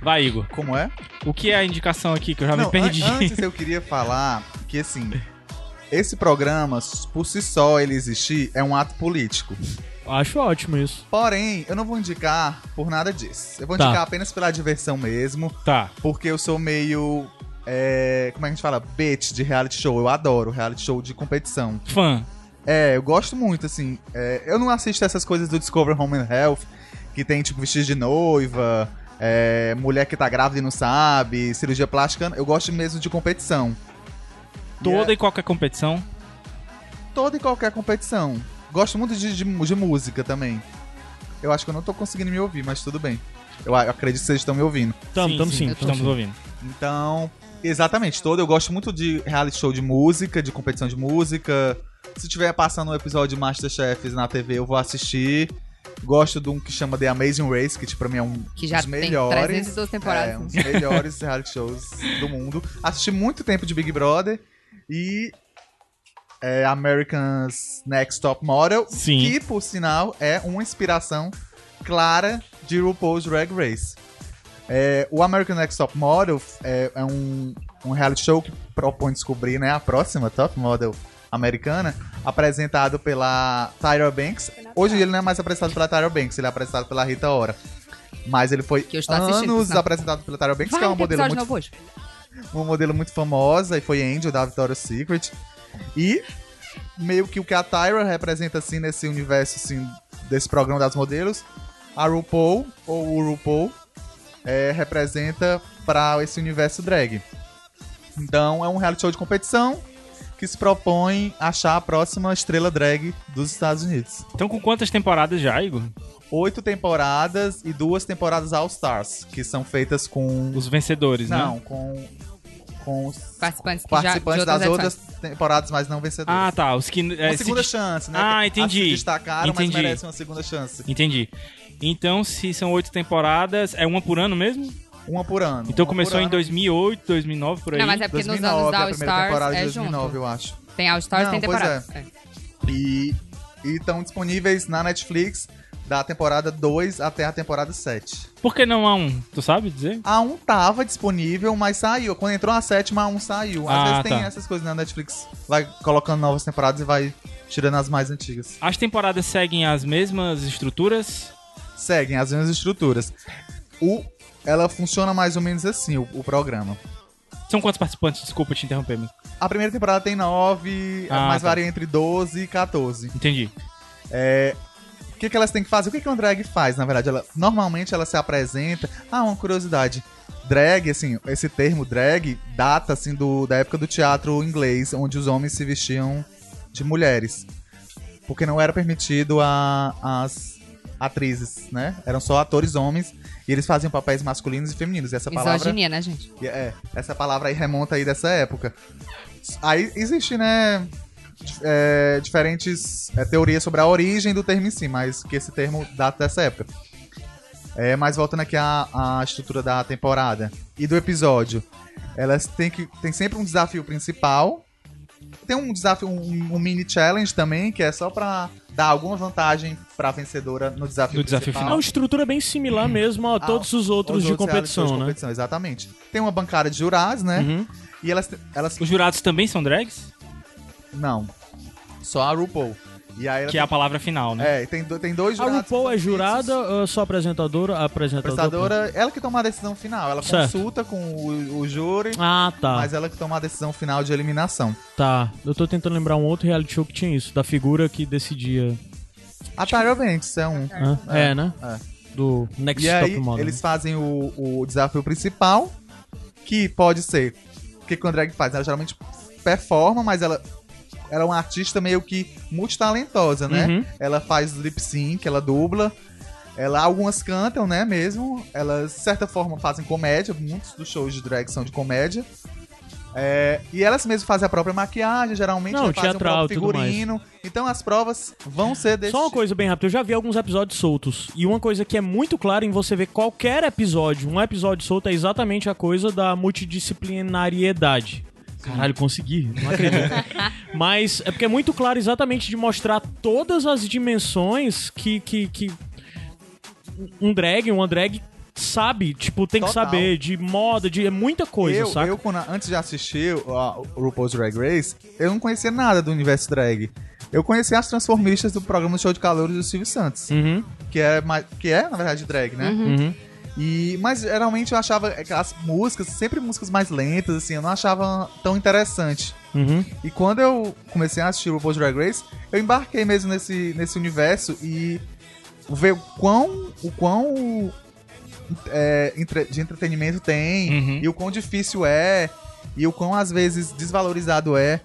S1: Vai, Igor.
S3: Como é?
S1: O que é a indicação aqui que eu já me
S3: Não,
S1: perdi?
S3: an- antes eu queria falar que, assim, Esse programa, por si só ele existir, é um ato político.
S1: Tá.
S2: Acho ótimo isso.
S3: Porém, eu não vou indicar por nada disso. Eu vou
S2: Tá.
S3: indicar apenas pela diversão mesmo,
S1: Tá.
S3: porque eu sou meio. é, como é que a gente fala? Bitch de reality show. Eu adoro reality show de competição.
S1: (laughs) Fã.
S3: É, eu gosto muito, assim. É, eu não assisto essas coisas do Discover Home and Health, que tem, tipo, vestido de noiva, é, mulher que tá grávida e não sabe, cirurgia plástica. Eu gosto mesmo de competição.
S1: Toda
S3: E
S1: e qualquer competição.
S3: é toda e qualquer competição. Gosto muito de, de, de música também. Eu acho que eu não tô conseguindo me ouvir, mas tudo bem. Eu a- acredito que vocês estão me ouvindo.
S2: Tamo, tamo sim. tamo
S1: Estamos
S2: sim.
S1: ouvindo.
S3: Então, exatamente, todo. Eu gosto muito de reality show de música, de competição de música. Se tiver passando um episódio de Masterchef na TV, eu vou assistir. Gosto de um que chama The Amazing Race, que tipo, pra mim é um
S4: Que já
S3: dos
S4: tem
S3: melhores.
S4: 312 temporadas.
S3: É, um dos melhores reality shows do mundo. Assisti muito tempo de Big Brother e é, American's Next Top Model,
S1: Sim.
S3: que por sinal é uma inspiração clara de RuPaul's Drag Race. É, o American Next Top Model é, é um, um reality show que propõe descobrir né, a próxima top model americana, apresentado pela Tyra Banks. Hoje ele não é mais apresentado pela Tyra Banks, ele é apresentado pela Rita Ora. Mas ele foi
S4: Que eu estou assistindo, por
S3: anos
S4: sinal.
S3: apresentado pela Tyra Banks,
S4: Vai
S3: que é uma
S4: ter
S3: modelo,
S4: episódio
S3: muito,
S4: novo hoje.
S3: uma modelo muito famosa, e foi Angel da Victoria's Secret. E meio que o que a Tyra representa, assim, nesse universo, assim, desse programa das modelos, a RuPaul, ou o RuPaul, é, representa para esse universo drag. Então, é um reality show de competição que se propõe a achar a próxima estrela drag dos Estados Unidos.
S1: Então com quantas temporadas já, Igor?
S3: Oito temporadas e duas temporadas All Stars, que são feitas com
S1: Os vencedores, né? Tá,
S3: não, com, com os
S4: Participantes, que
S3: participantes
S4: já, de
S3: das
S4: outras
S3: outras temporadas, mas não vencedores.
S1: Ah, tá. Os que. é,
S3: Uma
S1: se
S3: segunda
S1: dis-
S3: chance, né?
S1: Ah,
S3: Que
S1: entendi.
S3: as que destacaram,
S1: Entendi.
S3: mas merecem uma segunda chance.
S1: Entendi. Então, se são oito temporadas, é uma por ano mesmo?
S3: Uma por ano.
S1: Então
S3: Uma
S1: começou
S3: por
S1: em
S3: ano.
S1: 2008, 2009, por aí.
S4: Não, mas é porque nos
S3: 2009,
S4: anos da
S3: a
S4: All
S3: primeira
S4: Stars
S3: temporada de
S4: é
S3: 2009,
S4: junto.
S3: eu acho.
S4: Tem All Stars,
S3: Não,
S4: tem
S3: Ah, pois
S4: temporada. É.
S3: E e estão disponíveis na Netflix da temporada 2 até a temporada 7.
S1: Por que não há um? Tu sabe dizer?
S3: A 1 tava disponível, mas saiu. Quando entrou a sétima, a 1 saiu. Às
S1: Ah,
S3: vezes tem
S1: tá.
S3: essas coisas na Netflix. Vai colocando novas temporadas e vai tirando as mais antigas.
S1: As temporadas seguem as mesmas estruturas?
S3: seguem as mesmas estruturas. O, ela funciona mais ou menos assim, o, o programa.
S1: São quantos participantes? Desculpa te interromper, amigo.
S3: A primeira temporada tem 9,
S1: Ah,
S3: mas
S1: tá.
S3: varia entre 12 e 14.
S1: Entendi.
S3: O que, que elas têm que fazer? O que, que uma drag faz, na verdade? Ela, normalmente ela se apresenta. Ah, uma curiosidade. Drag, assim, esse termo drag data assim do, da época do teatro inglês, onde os homens se vestiam de mulheres. Porque não era permitido a, as atrizes, né? Eram só atores homens e eles faziam papéis masculinos e femininos. E essa palavra
S4: Misoginia, né, gente?
S3: E, É, essa palavra aí remonta aí dessa época. Aí existe, né, dif- é, diferentes é, teorias sobre a origem do termo em si, mas que esse termo data dessa época. É, mas voltando aqui à, à estrutura da temporada e do episódio. Elas têm que. Tem sempre um desafio principal. Tem um desafio, um, um mini challenge também, que é só pra dar alguma vantagem pra vencedora no desafio
S1: No desafio
S3: principal.
S1: final.
S2: É uma estrutura bem similar mesmo a
S3: Ah,
S2: todos Uhum. os outros
S3: Os
S2: de
S3: reality shows
S2: competição,
S3: de
S2: né?
S3: competição, Exatamente. Tem uma bancada de jurados, né?
S2: Uhum.
S3: E elas, elas.
S1: Os jurados também são drags?
S3: Não. Só a RuPaul. E aí ela
S1: Que é
S3: tem,
S1: a palavra final, né?
S3: é, tem, do- tem dois
S2: A
S3: jurados.
S2: RuPaul
S3: que
S2: é
S3: são
S2: jurada,
S3: fixos.
S2: ou é só apresentadora? Apresentadora.
S3: Prestadora, ela que toma a decisão final. Ela
S2: Certo.
S3: consulta com o, o júri,
S2: Ah, tá.
S3: mas ela que toma a decisão final de eliminação.
S2: Tá. Eu tô tentando lembrar um outro reality show que tinha isso, da figura que decidia.
S3: A Tyra Banks é um.
S2: Hã? É, né? Do Next
S3: E aí,
S2: Top Model.
S3: eles fazem o, o desafio principal, que pode ser. O que, que o drag faz? Ela geralmente performa, mas ela, ela é uma artista meio que multitalentosa, né?
S2: Uhum.
S3: Ela faz lip sync, ela dubla. Ela, algumas cantam, né, mesmo. Elas, de certa forma, fazem comédia. Muitos dos shows de drag são de comédia. É, e elas mesmas fazem a própria maquiagem, geralmente
S2: Não,
S3: elas fazem o
S2: teatral,
S3: próprio
S2: tudo mais.
S3: figurino. Então as provas vão ser desse
S2: Só uma
S3: tipo.
S2: coisa bem rápida, eu já vi alguns episódios soltos. E uma coisa que é muito clara em você ver qualquer episódio, um episódio solto é exatamente a coisa da multidisciplinariedade. Caralho, consegui, não
S3: (laughs)
S2: acredito. Mas é porque é muito claro exatamente de mostrar todas as dimensões que, que, que um drag, uma drag sabe, tipo, tem que
S3: Total.
S2: saber de moda, de é muita coisa,
S3: eu,
S2: saca?
S3: eu, quando, antes de assistir ó, o RuPaul's Drag Race, eu não conhecia nada do universo drag. Eu conhecia as transformistas do programa Show de Calouros do Silvio Santos,
S2: Uhum,
S3: que, é, mais- que é, na verdade, drag, né?
S2: uhum.
S3: E, mas geralmente eu achava que as músicas, sempre músicas mais lentas, assim, eu não achava tão interessante.
S2: Uhum.
S3: E quando eu comecei a assistir o RuPaul's Drag Race, eu embarquei mesmo nesse, nesse universo e ver o quão, o quão é, entre- de entretenimento tem
S1: Uhum.
S3: e o quão difícil é e o quão às vezes desvalorizado é.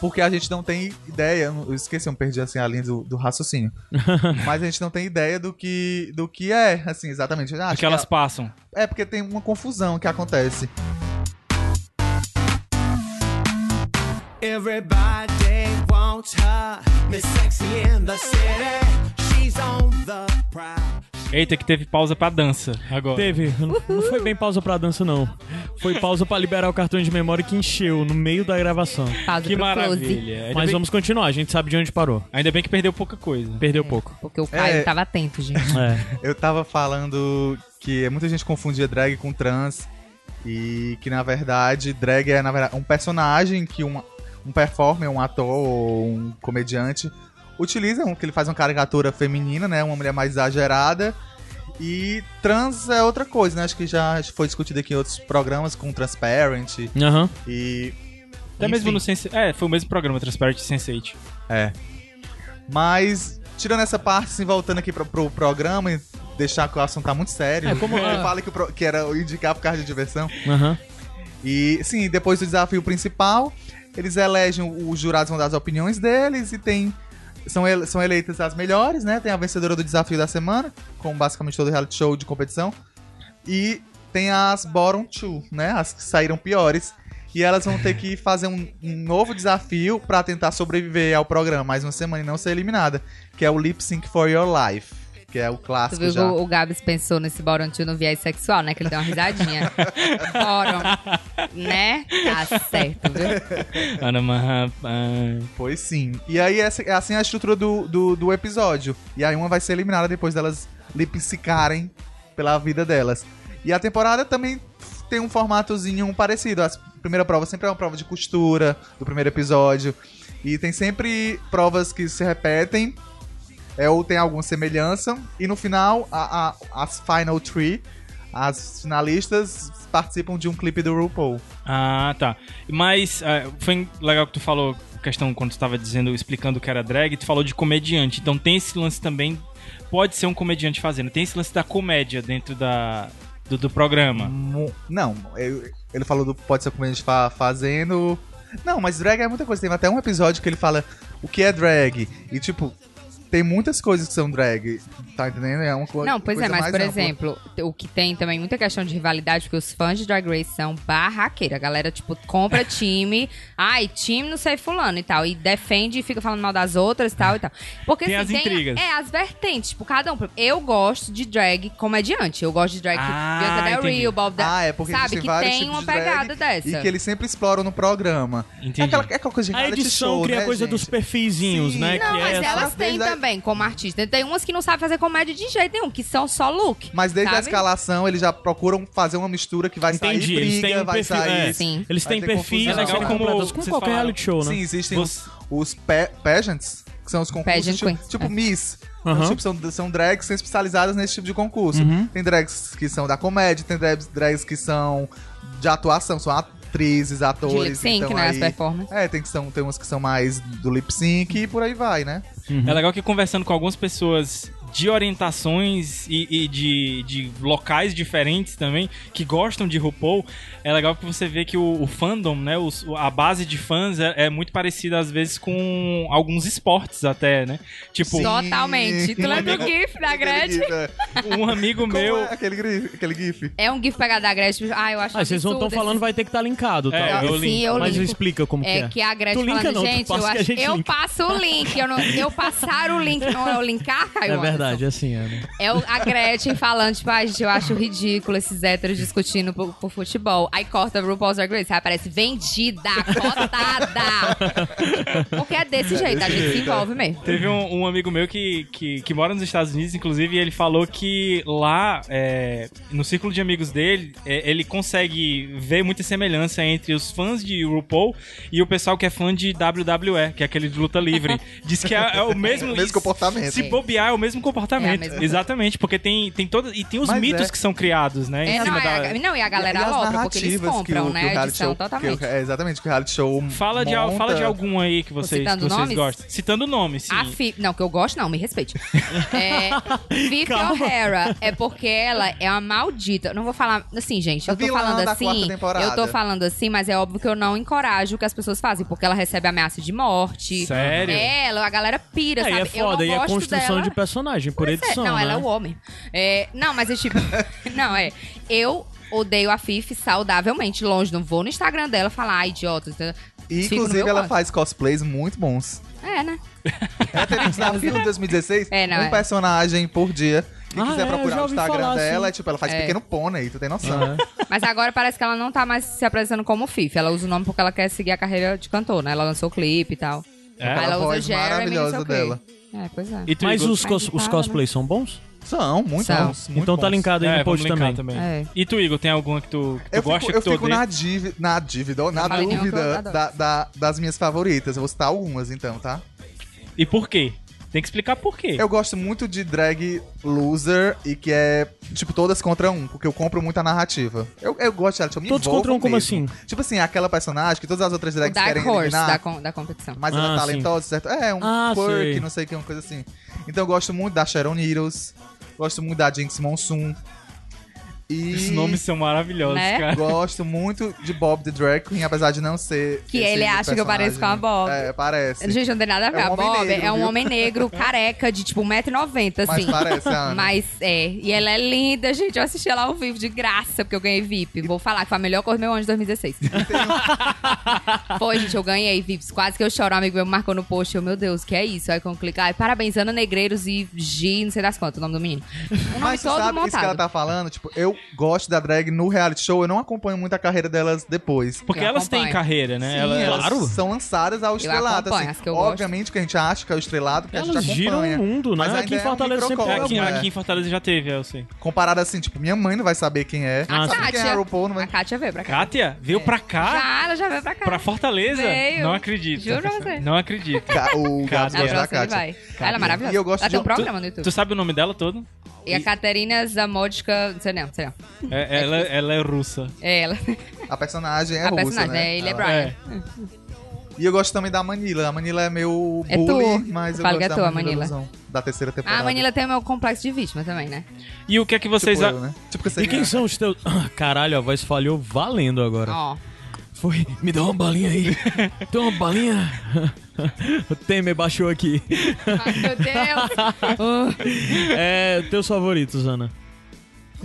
S3: Porque a gente não tem ideia, eu não- eu esqueci, eu perdi assim a linha do, do raciocínio. Mas a gente não tem ideia do que do que é, assim, exatamente. Ah, acho
S1: Porque
S3: que
S1: elas passam.
S3: é porque tem uma confusão que acontece.
S5: Everybody wants her, Miss Sexy in the city. She's on the prowl.
S1: Eita, que teve pausa pra dança agora.
S2: Teve. Não- Não foi bem pausa pra dança, não. Foi pausa pra liberar o cartão de memória que encheu no meio da gravação.
S4: Pausa
S1: Que
S4: pro close.
S1: maravilha. Ainda,
S2: Mas
S1: bem,
S2: vamos continuar, a gente sabe de onde parou.
S1: ainda bem que perdeu pouca coisa.
S2: Perdeu pouco.
S4: Porque o Caio
S3: É.
S4: tava atento, gente.
S3: (laughs)
S2: É.
S3: Eu tava falando que muita gente confundia drag com trans e que na verdade drag é na verdade, um personagem que um, um performer, um ator ou um comediante utiliza, um- que ele faz uma caricatura feminina, né, uma mulher mais exagerada. E trans é outra coisa, né? Acho que já foi discutido aqui em outros programas com Transparent
S2: Aham.
S3: e
S1: Até mesmo no Sense... É, foi o mesmo programa, Transparent Sense8.
S3: Mas, tirando essa parte, assim, voltando aqui pro, pro programa e deixar que o assunto tá muito sério.
S2: É, como-
S3: eu falei que, o pro- que era o indicar por causa de diversão.
S2: Aham.
S3: E, sim, depois do desafio principal, eles elegem, os jurados vão dar as opiniões deles e tem... São, ele- são eleitas as melhores, né? Tem a vencedora do desafio da semana, com basicamente todo reality show de competição. E tem as bottom two, né? As que saíram piores. E elas vão ter
S4: (laughs)
S3: que fazer um, um novo desafio pra tentar sobreviver ao programa mais uma semana e não ser eliminada. Que é o Lip Sync for Your Life. Que é o
S4: Tu
S3: clássico
S4: viu que
S3: já.
S4: o, o Gabs pensou nesse Boron Tio no viés sexual, né? Que ele deu uma (laughs) risadinha. Boron. Né? Tá certo, viu?
S1: Anamahá.
S3: Pois sim. E aí, essa, é assim a estrutura do, do, do episódio. E aí, uma vai ser eliminada depois delas lipsicarem pela vida delas. E a temporada também tem um formatozinho parecido. A primeira prova sempre é uma prova de costura do primeiro episódio. E tem sempre provas que se repetem. É, ou tem alguma semelhança. E no final, a, a- as Final Three, as finalistas, participam de um clipe do RuPaul.
S1: Ah, tá. Mas ah, foi legal que tu falou questão quando tu tava dizendo, explicando o que era drag, tu falou de comediante. Então tem esse lance também. Pode ser um comediante fazendo. Tem esse lance da comédia dentro da, do, do programa.
S3: Mu- Não, eu- ele falou do pode ser como a gente fa fazendo. Não, mas drag é muita coisa. Tem até um episódio que ele fala o que é drag. E tipo, tem muitas coisas que são drag. Tá entendendo? É uma co- coisa.
S4: Não, pois é, mas,
S3: mais
S4: por
S3: ampla.
S4: exemplo, o que tem também muita questão de rivalidade, porque os fãs de Drag Race são barraqueira. A galera, tipo,
S3: (laughs)
S4: compra time. ai, time não sei fulano e tal. E defende e fica falando mal das outras e tal e tal. Porque
S1: Tem
S4: assim,
S1: as intrigas.
S4: É, as vertentes. Tipo, cada um. Eu gosto de drag comediante. Eu gosto de drag
S1: Ah,
S4: que Bianca Del
S1: entendi.
S4: Rio, Bob da...
S3: Ah, é porque
S4: Sabe
S3: existem
S4: que
S3: vários
S4: tem
S3: tipos
S4: uma
S3: de drag
S4: pegada dessa.
S3: E que eles sempre exploram no programa. É
S1: Entendi.
S3: aquela, é aquela coisa de
S2: A
S3: reality
S2: edição
S3: show,
S2: cria
S3: né,
S2: a coisa
S3: gente?
S2: dos perfizinhos,
S3: Sim.
S2: né?
S4: Não,
S2: que
S4: mas
S2: é
S4: elas têm
S3: Desde a-
S4: também, como artista. Tem umas que não sabem fazer comédia de jeito nenhum, que são só look.
S3: Mas desde a
S4: sabe?
S3: escalação eles já procuram fazer uma mistura que vai
S2: Entendi,
S3: sair
S2: eles
S3: briga,
S2: têm um
S3: vai
S2: perfil,
S3: sair.
S2: é.
S4: Sim.
S2: Eles
S3: Vai
S2: têm
S3: ter
S2: perfis,
S3: confusão.
S2: eles
S3: É
S2: serem
S3: legal como
S2: completados como
S1: vocês
S2: qualquer
S1: falaram.
S2: reality show, né?
S3: Sim, existem
S1: Você-
S3: os, os pa- pageants, que são os concursos
S4: Pageant
S3: tipo,
S4: queens,
S3: tipo
S4: é.
S3: Miss.
S2: Aham.
S3: Então, tipo, são, são drags que são especializadas nesse tipo de concurso.
S1: Uhum.
S3: Tem drags que são da comédia, tem drags, drags que são de atuação, são atrizes,
S4: De
S3: atores.
S4: lip sync,
S3: então
S4: né? As
S3: aí-
S4: performances.
S3: É, tem, que são, tem umas que são mais do lip sync e por aí vai, né?
S1: É legal que conversando com algumas pessoas de orientações e, e de, de locais diferentes também, que gostam de RuPaul, é legal que você vê que o, o fandom, né, os- a base de fãs é, é muito parecida às vezes com alguns esportes até, né? Tipo,
S3: Sim.
S4: Totalmente. Tu lembra o GIF da Gretchen?
S3: Aquele
S1: (laughs)
S3: gif, é.
S1: um amigo
S3: Como
S1: meu...
S3: é aquele, gif- aquele gif.
S4: É um GIF pegado da Gretchen. Ah, eu acho
S2: Ah, vocês não estão
S4: absurdo
S2: falando, vai ter que estar linkado, tá?
S1: É, eu
S4: Sim,
S1: limpo.
S4: eu
S2: Mas
S4: linko.
S2: explica como
S4: É
S2: que
S4: que a Gretchen
S2: Tu linka
S4: falando,
S2: não, tu
S4: gente,
S2: passa
S4: eu,
S2: que a
S4: acho,
S2: gente
S4: eu
S2: linka. (laughs)
S4: passo o link. Eu, não, eu passar o link não é o linkar, Caio.
S2: É
S4: Anderson?
S2: verdade, assim, é. né?
S4: É o- a Gretchen falando, tipo, ai, gente, eu acho ridículo esses héteros discutindo por, por futebol. Aí corta RuPaul's Drag Race, aí aparece
S2: (laughs)
S4: vendida, cotada. Porque é desse jeito, a gente se envolve mesmo.
S1: Teve um, um amigo meu que, que, que mora nos Estados Unidos, inclusive, e ele falou que lá, é, no círculo de amigos dele, é, ele consegue ver muita semelhança entre os fãs de RuPaul e o pessoal que é fã de WWE, que é aquele de luta
S4: (laughs)
S1: livre. Diz que é, é o mesmo...
S3: O mesmo comportamento.
S1: Se bobear, é o mesmo comportamento.
S4: É a mesma-
S1: Exatamente, porque tem, tem toda... E tem os
S3: Mas
S1: mitos
S3: é.
S1: que são criados, né? em
S4: É, não,
S1: cima
S4: é
S1: da-
S4: a- não, e a galera
S3: E as
S4: alopra, porque eles
S3: narrativas que
S4: compram,
S3: o- que o
S4: né?
S3: reality
S4: Edição
S3: show- que o-
S4: totalmente.
S3: é, exatamente, que o reality show
S1: Fala de, al-
S3: monta,
S1: fala de algum aí que vocês,
S4: citando
S1: que vocês
S4: nomes?
S1: gostam. Citando nomes, sim.
S4: A Fi... Não, que eu gosto não,
S3: (laughs)
S4: me respeite. É, Vivi
S2: Calma.
S4: O'Hara é porque ela é uma maldita. Eu Não vou falar assim, gente.
S3: A
S4: Eu tô
S3: vilã
S4: falando
S3: da quarta
S4: assim.
S3: temporada.
S4: Eu tô falando assim, mas é óbvio que eu não encorajo o que as pessoas fazem, porque ela recebe ameaça de morte.
S1: Sério?
S4: Ela, a galera pira,
S2: Aí
S4: sabe?
S2: é foda,
S4: eu
S2: e
S4: não
S2: é
S4: gosto
S2: construção
S4: dela.
S2: de personagem, por
S4: Pois é,
S2: edição,
S4: Não,
S2: né?
S4: ela é o homem. É, não, mas
S3: (laughs)
S4: é tipo. não, é. Eu odeio a Fifi saudavelmente, longe. Não vou no Instagram dela falar, ah, idiota.
S3: E,
S4: Fico no
S3: inclusive,
S4: meu
S3: ela
S4: canto.
S3: faz cosplays muito bons.
S4: É, né?
S3: Ela
S4: (laughs)
S3: teve um desafio em 2016,
S4: É, não,
S3: um
S4: é.
S3: personagem por dia. Quem
S2: Ah, é,
S3: quiser
S2: eu
S3: procurar
S2: já
S3: o
S2: ouvi
S3: Instagram
S2: falar,
S3: dela,
S2: assim.
S3: é tipo, ela faz
S4: É.
S3: pequeno pônei, tu tem noção.
S4: Mas agora parece que ela não tá mais se apresentando como Fifi. Ela usa o nome porque ela quer seguir a carreira de cantor, né? Ela lançou o clipe e tal.
S1: É?
S4: Aí
S3: A
S4: ela usa
S3: voz
S4: Jeremy,
S3: maravilhosa
S4: não sei o quê.
S3: dela.
S4: É, pois é.
S1: E tu,
S2: Mas
S1: Igor?
S2: os, cos-
S4: Mas
S2: os
S4: nada,
S2: cosplays são bons?
S3: São, muito
S4: São.
S3: bons. muito
S2: então tá
S3: bons.
S2: linkado aí
S1: É,
S2: no
S1: vamos
S2: post
S1: linkar
S2: também.
S1: também.
S4: É.
S1: E tu, Igor, tem alguma que tu, que tu
S3: Eu
S1: gosta
S3: fico, eu
S1: que tu
S3: fico
S1: odeia?
S3: na dívida, na dívida, ou na
S4: falei nenhum que eu
S3: dúvida
S4: adoro.
S3: da- da- das minhas favoritas. Eu vou citar algumas então, tá?
S1: E por quê? Tem que explicar por quê.
S3: Eu gosto muito de drag loser e que é, tipo, todas contra um, porque eu compro muita narrativa. Eu, eu gosto de reality show, me
S2: Todos
S3: envolvo
S2: contra um, como
S3: mesmo. Tipo assim, aquela personagem que todas as outras
S4: O
S3: drags
S4: Dark
S3: querem
S4: Horse
S3: eliminar.
S4: da, com- da competição.
S3: Mas ela
S2: Ah,
S3: é
S2: sim.
S3: talentosa, certo? É, um
S2: Ah,
S3: quirk,
S2: sei.
S3: não sei o que, uma coisa assim. Então eu gosto muito da Sharon Needles, gosto muito da Jinx Monsoon. E
S1: Os nomes são maravilhosos,
S4: Né?
S1: cara.
S3: gosto muito de Bob the Drag Queen, apesar de não ser.
S4: Que
S3: esse
S4: ele acha que eu pareço com a
S3: personagem.
S4: Bob.
S3: É, parece.
S4: Gente, não tem nada a ver.
S3: É um
S4: a
S3: homem
S4: Bob
S3: negro,
S4: é um
S3: viu? (laughs)
S4: homem negro, careca, de tipo 1,90m,
S3: Mas
S4: assim.
S3: parece, a Ana.
S4: Mas é, e ela é linda, gente. Eu assisti ela ao vivo de graça, porque eu ganhei VIP. Vou falar que foi a melhor cor do meu ano de 2016. (laughs) foi, gente, eu ganhei VIPs. Quase que eu choro. Um amigo meu me marcou no post. Eu, meu Deus, que é isso? Aí quando clicar, ai, parabéns, Ana Negreiros e G, não sei das quantas, o nome do menino. O nome
S3: Mas tu
S4: todo
S3: sabe
S4: montado.
S3: isso que ela tá falando? Tipo, eu gosto da drag no reality show, eu não acompanho muito a carreira delas depois.
S1: Porque
S4: Eu
S1: elas têm
S4: acompanho.
S1: carreira, né?
S3: Sim,
S1: Ela-
S3: elas
S2: É, Claro.
S3: são lançadas ao estrelado. assim.
S4: acompanho, as que eu gosto.
S3: Obviamente que a gente acha que é o estrelado, porque a
S2: Elas
S3: gente
S2: giram
S3: acompanha.
S2: o mundo, né?
S3: Mas
S2: Aqui
S3: ainda
S2: em
S3: é um
S2: Fortaleza sempre
S1: É,
S3: microcosmo,
S1: aqui,
S3: né?
S1: aqui em Fortaleza já teve, eu sei.
S3: Comparado assim, tipo, minha mãe não vai saber quem é.
S2: Ah,
S3: sabe quem é Ah! a RuPaul, não
S4: A
S3: vai...
S4: Kátia veio pra cá.
S1: Kátia veio pra cá?
S4: É. Já, ela já veio pra cá.
S1: Pra Fortaleza?
S4: Veio.
S1: Não acredito.
S4: Juro pra você.
S1: Não acredito.
S3: Ca- O Gato
S1: Cátia.
S4: Na
S3: gosta da
S4: próxima ele
S3: Kátia.
S4: vai. Ela é maravilhosa.
S3: E eu gosto
S4: ela
S3: de
S4: tem um
S3: um-
S4: (laughs) programa no YouTube.
S1: Tu sabe o nome dela todo?
S4: E a Caterina Zamodica, não sei não, não sei não.
S1: É, ela, ela é russa.
S4: É ela.
S3: A personagem é
S4: a
S3: russa,
S4: personagem,
S3: né?
S4: né? Ele é
S3: Ela-
S4: Brian.
S1: É.
S3: E eu gosto também da Manila. A Manila é meu
S4: É
S3: bully,
S4: tu.
S3: mas eu
S4: Fala
S3: gosto
S4: que é
S3: da
S4: tua, Manila.
S3: Ilusão, Da terceira temporada.
S4: (laughs) A Manila tem o meu complexo de vítima também, né?
S1: E o que é que
S3: tipo
S1: vocês...
S3: eu,
S1: a-
S3: né? Tipo que você
S2: E quem são os teus. Ah, Caralho, a voz falhou valendo agora.
S4: Ó.
S2: Foi. Me dá uma balinha aí. Tem uma balinha. (laughs) o Temer baixou aqui. (laughs)
S4: Ai, meu Deus.
S2: É, teus favoritos, Ana.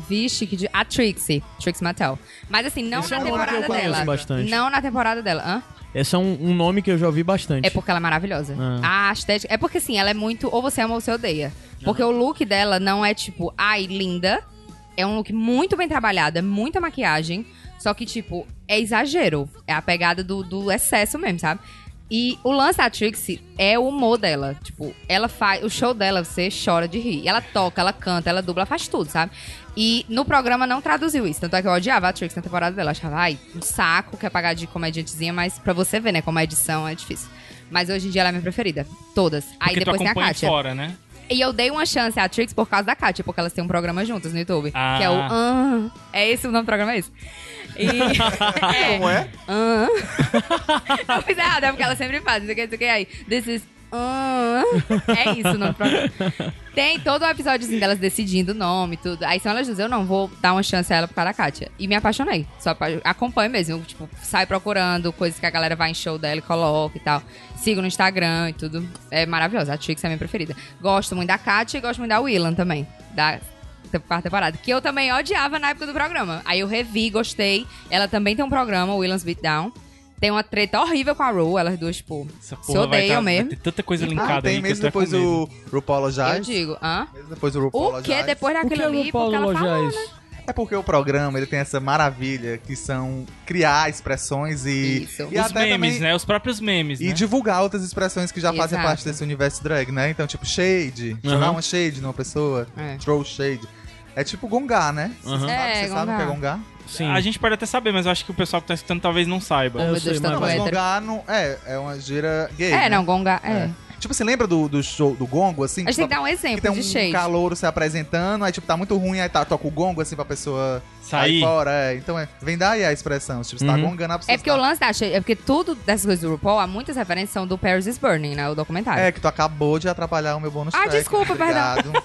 S4: Vixe, que de... A Trixie. Trixie Mattel. Mas assim, não
S2: Esse
S4: na
S2: é um nome que eu
S4: temporada
S2: conheço
S4: dela.
S2: bastante.
S4: Não na temporada dela. Hã?
S2: Esse é um, um nome que eu já ouvi bastante.
S4: É porque ela é maravilhosa.
S2: Ah. Ah.
S4: A estética. É porque assim, ela é muito. Ou você ama ou você odeia. Porque o look dela não é tipo, ai, linda. É um look muito bem trabalhado, é muita maquiagem. Só que, tipo, é exagero. É a pegada do, do excesso mesmo, sabe? E o lance da Trixie é o humor dela. Tipo, ela faz. O show dela, você chora de rir. Ela toca, ela canta, ela dubla, ela faz tudo, sabe? E no programa não traduziu isso. Tanto é que eu odiava a Trix na temporada dela. Eu achava, ai, um saco, quer pagar de comediantezinha, mas pra você ver, né, como a edição é difícil. Mas hoje em dia ela é minha preferida. Todas.
S1: Porque
S4: Aí
S1: tu
S4: depois tem a
S1: acompanha
S4: Kátia.
S1: fora, né?
S4: E eu dei uma chance à Trix por causa da Kátia, porque elas têm um programa juntas no YouTube.
S1: Ah.
S4: Que é o Ah. É esse o nome do programa, é esse. E...
S3: (laughs) Como é?
S4: Ah. (laughs) Eu fiz errado, é porque ela sempre faz. Isso aqui, isso aqui, aí. This is. ah. É isso o nome do programa. Tem todo um episódiozinho delas decidindo o nome e tudo. Aí são elas duas, eu não vou dar uma chance a ela por causa da Kátia. E me apaixonei. Só apa- acompanho mesmo. Eu, Tipo, saio procurando coisas que a galera vai em show dela e coloca e tal. Sigo no Instagram e tudo. É maravilhoso. A Trix é a minha preferida. Gosto muito da Kátia e gosto muito da Willan também. Da te- quarta temporada. Que eu também odiava na época do programa. Aí eu revi, gostei. Ela também tem um programa, o Willan's Beatdown. Tem uma treta horrível com a Ru, elas duas, tipo,
S1: Essa porra
S4: se
S1: vai, tá-
S4: odeiam
S1: vai
S4: mesmo.
S1: ter tanta coisa linkada
S3: Ah, tem
S1: aí que
S3: mesmo
S1: eu tô com
S3: depois
S1: medo.
S3: o RuPaul
S4: Eu
S3: Jazz.
S4: digo, hã?
S3: Mesmo depois o RuPaul
S4: O que
S3: Jazz.
S4: depois
S2: é
S4: daquele ali? Porque ela fala, né?
S3: É porque o programa ele tem essa maravilha que são criar expressões e,
S4: Isso.
S1: Os
S3: e até
S1: memes,
S3: também-
S1: né? Os próprios memes,
S3: E
S1: né?
S3: divulgar outras expressões que já fazem
S4: Exato.
S3: parte desse universo drag, né? Então, tipo, shade, jogar
S2: Aham.
S3: uma shade numa pessoa,
S4: É.
S3: throw shade. É tipo gongar, né?
S2: Aham.
S3: Vocês
S4: É,
S3: sabem- Vocês sabem o que é gongar?
S2: Sim.
S1: A gente pode até saber, mas eu acho que o pessoal que tá escutando talvez não saiba.
S4: Oh,
S3: É.
S2: Eu
S4: meu
S2: sei,
S4: Deus,
S2: mas-
S4: tanto
S3: Não, mas
S4: hétero.
S3: gongar não é, é uma gira gay.
S4: É,
S3: né?
S4: não, Gonga, é.
S3: Tipo, você lembra do, do show do gongo, assim?
S4: A gente tem que dar um
S3: que
S4: exemplo
S3: tem
S4: de
S3: um
S4: shade.
S3: calouro se apresentando, aí tipo, tá muito ruim, aí tá, toca o gongo assim pra pessoa
S1: Sair.
S3: fora. É. Então é, vem daí a expressão. Tipo, você tá
S2: Uhum.
S3: gongando a pessoa.
S4: É porque o lance da shade, é porque tudo dessas coisas do RuPaul, há muitas referências são do Paris is Burning, né? O documentário.
S3: É, que tu acabou de atrapalhar o meu bônus
S4: Ah,
S3: track. tá
S4: desculpa,
S3: Obrigado.
S2: (laughs)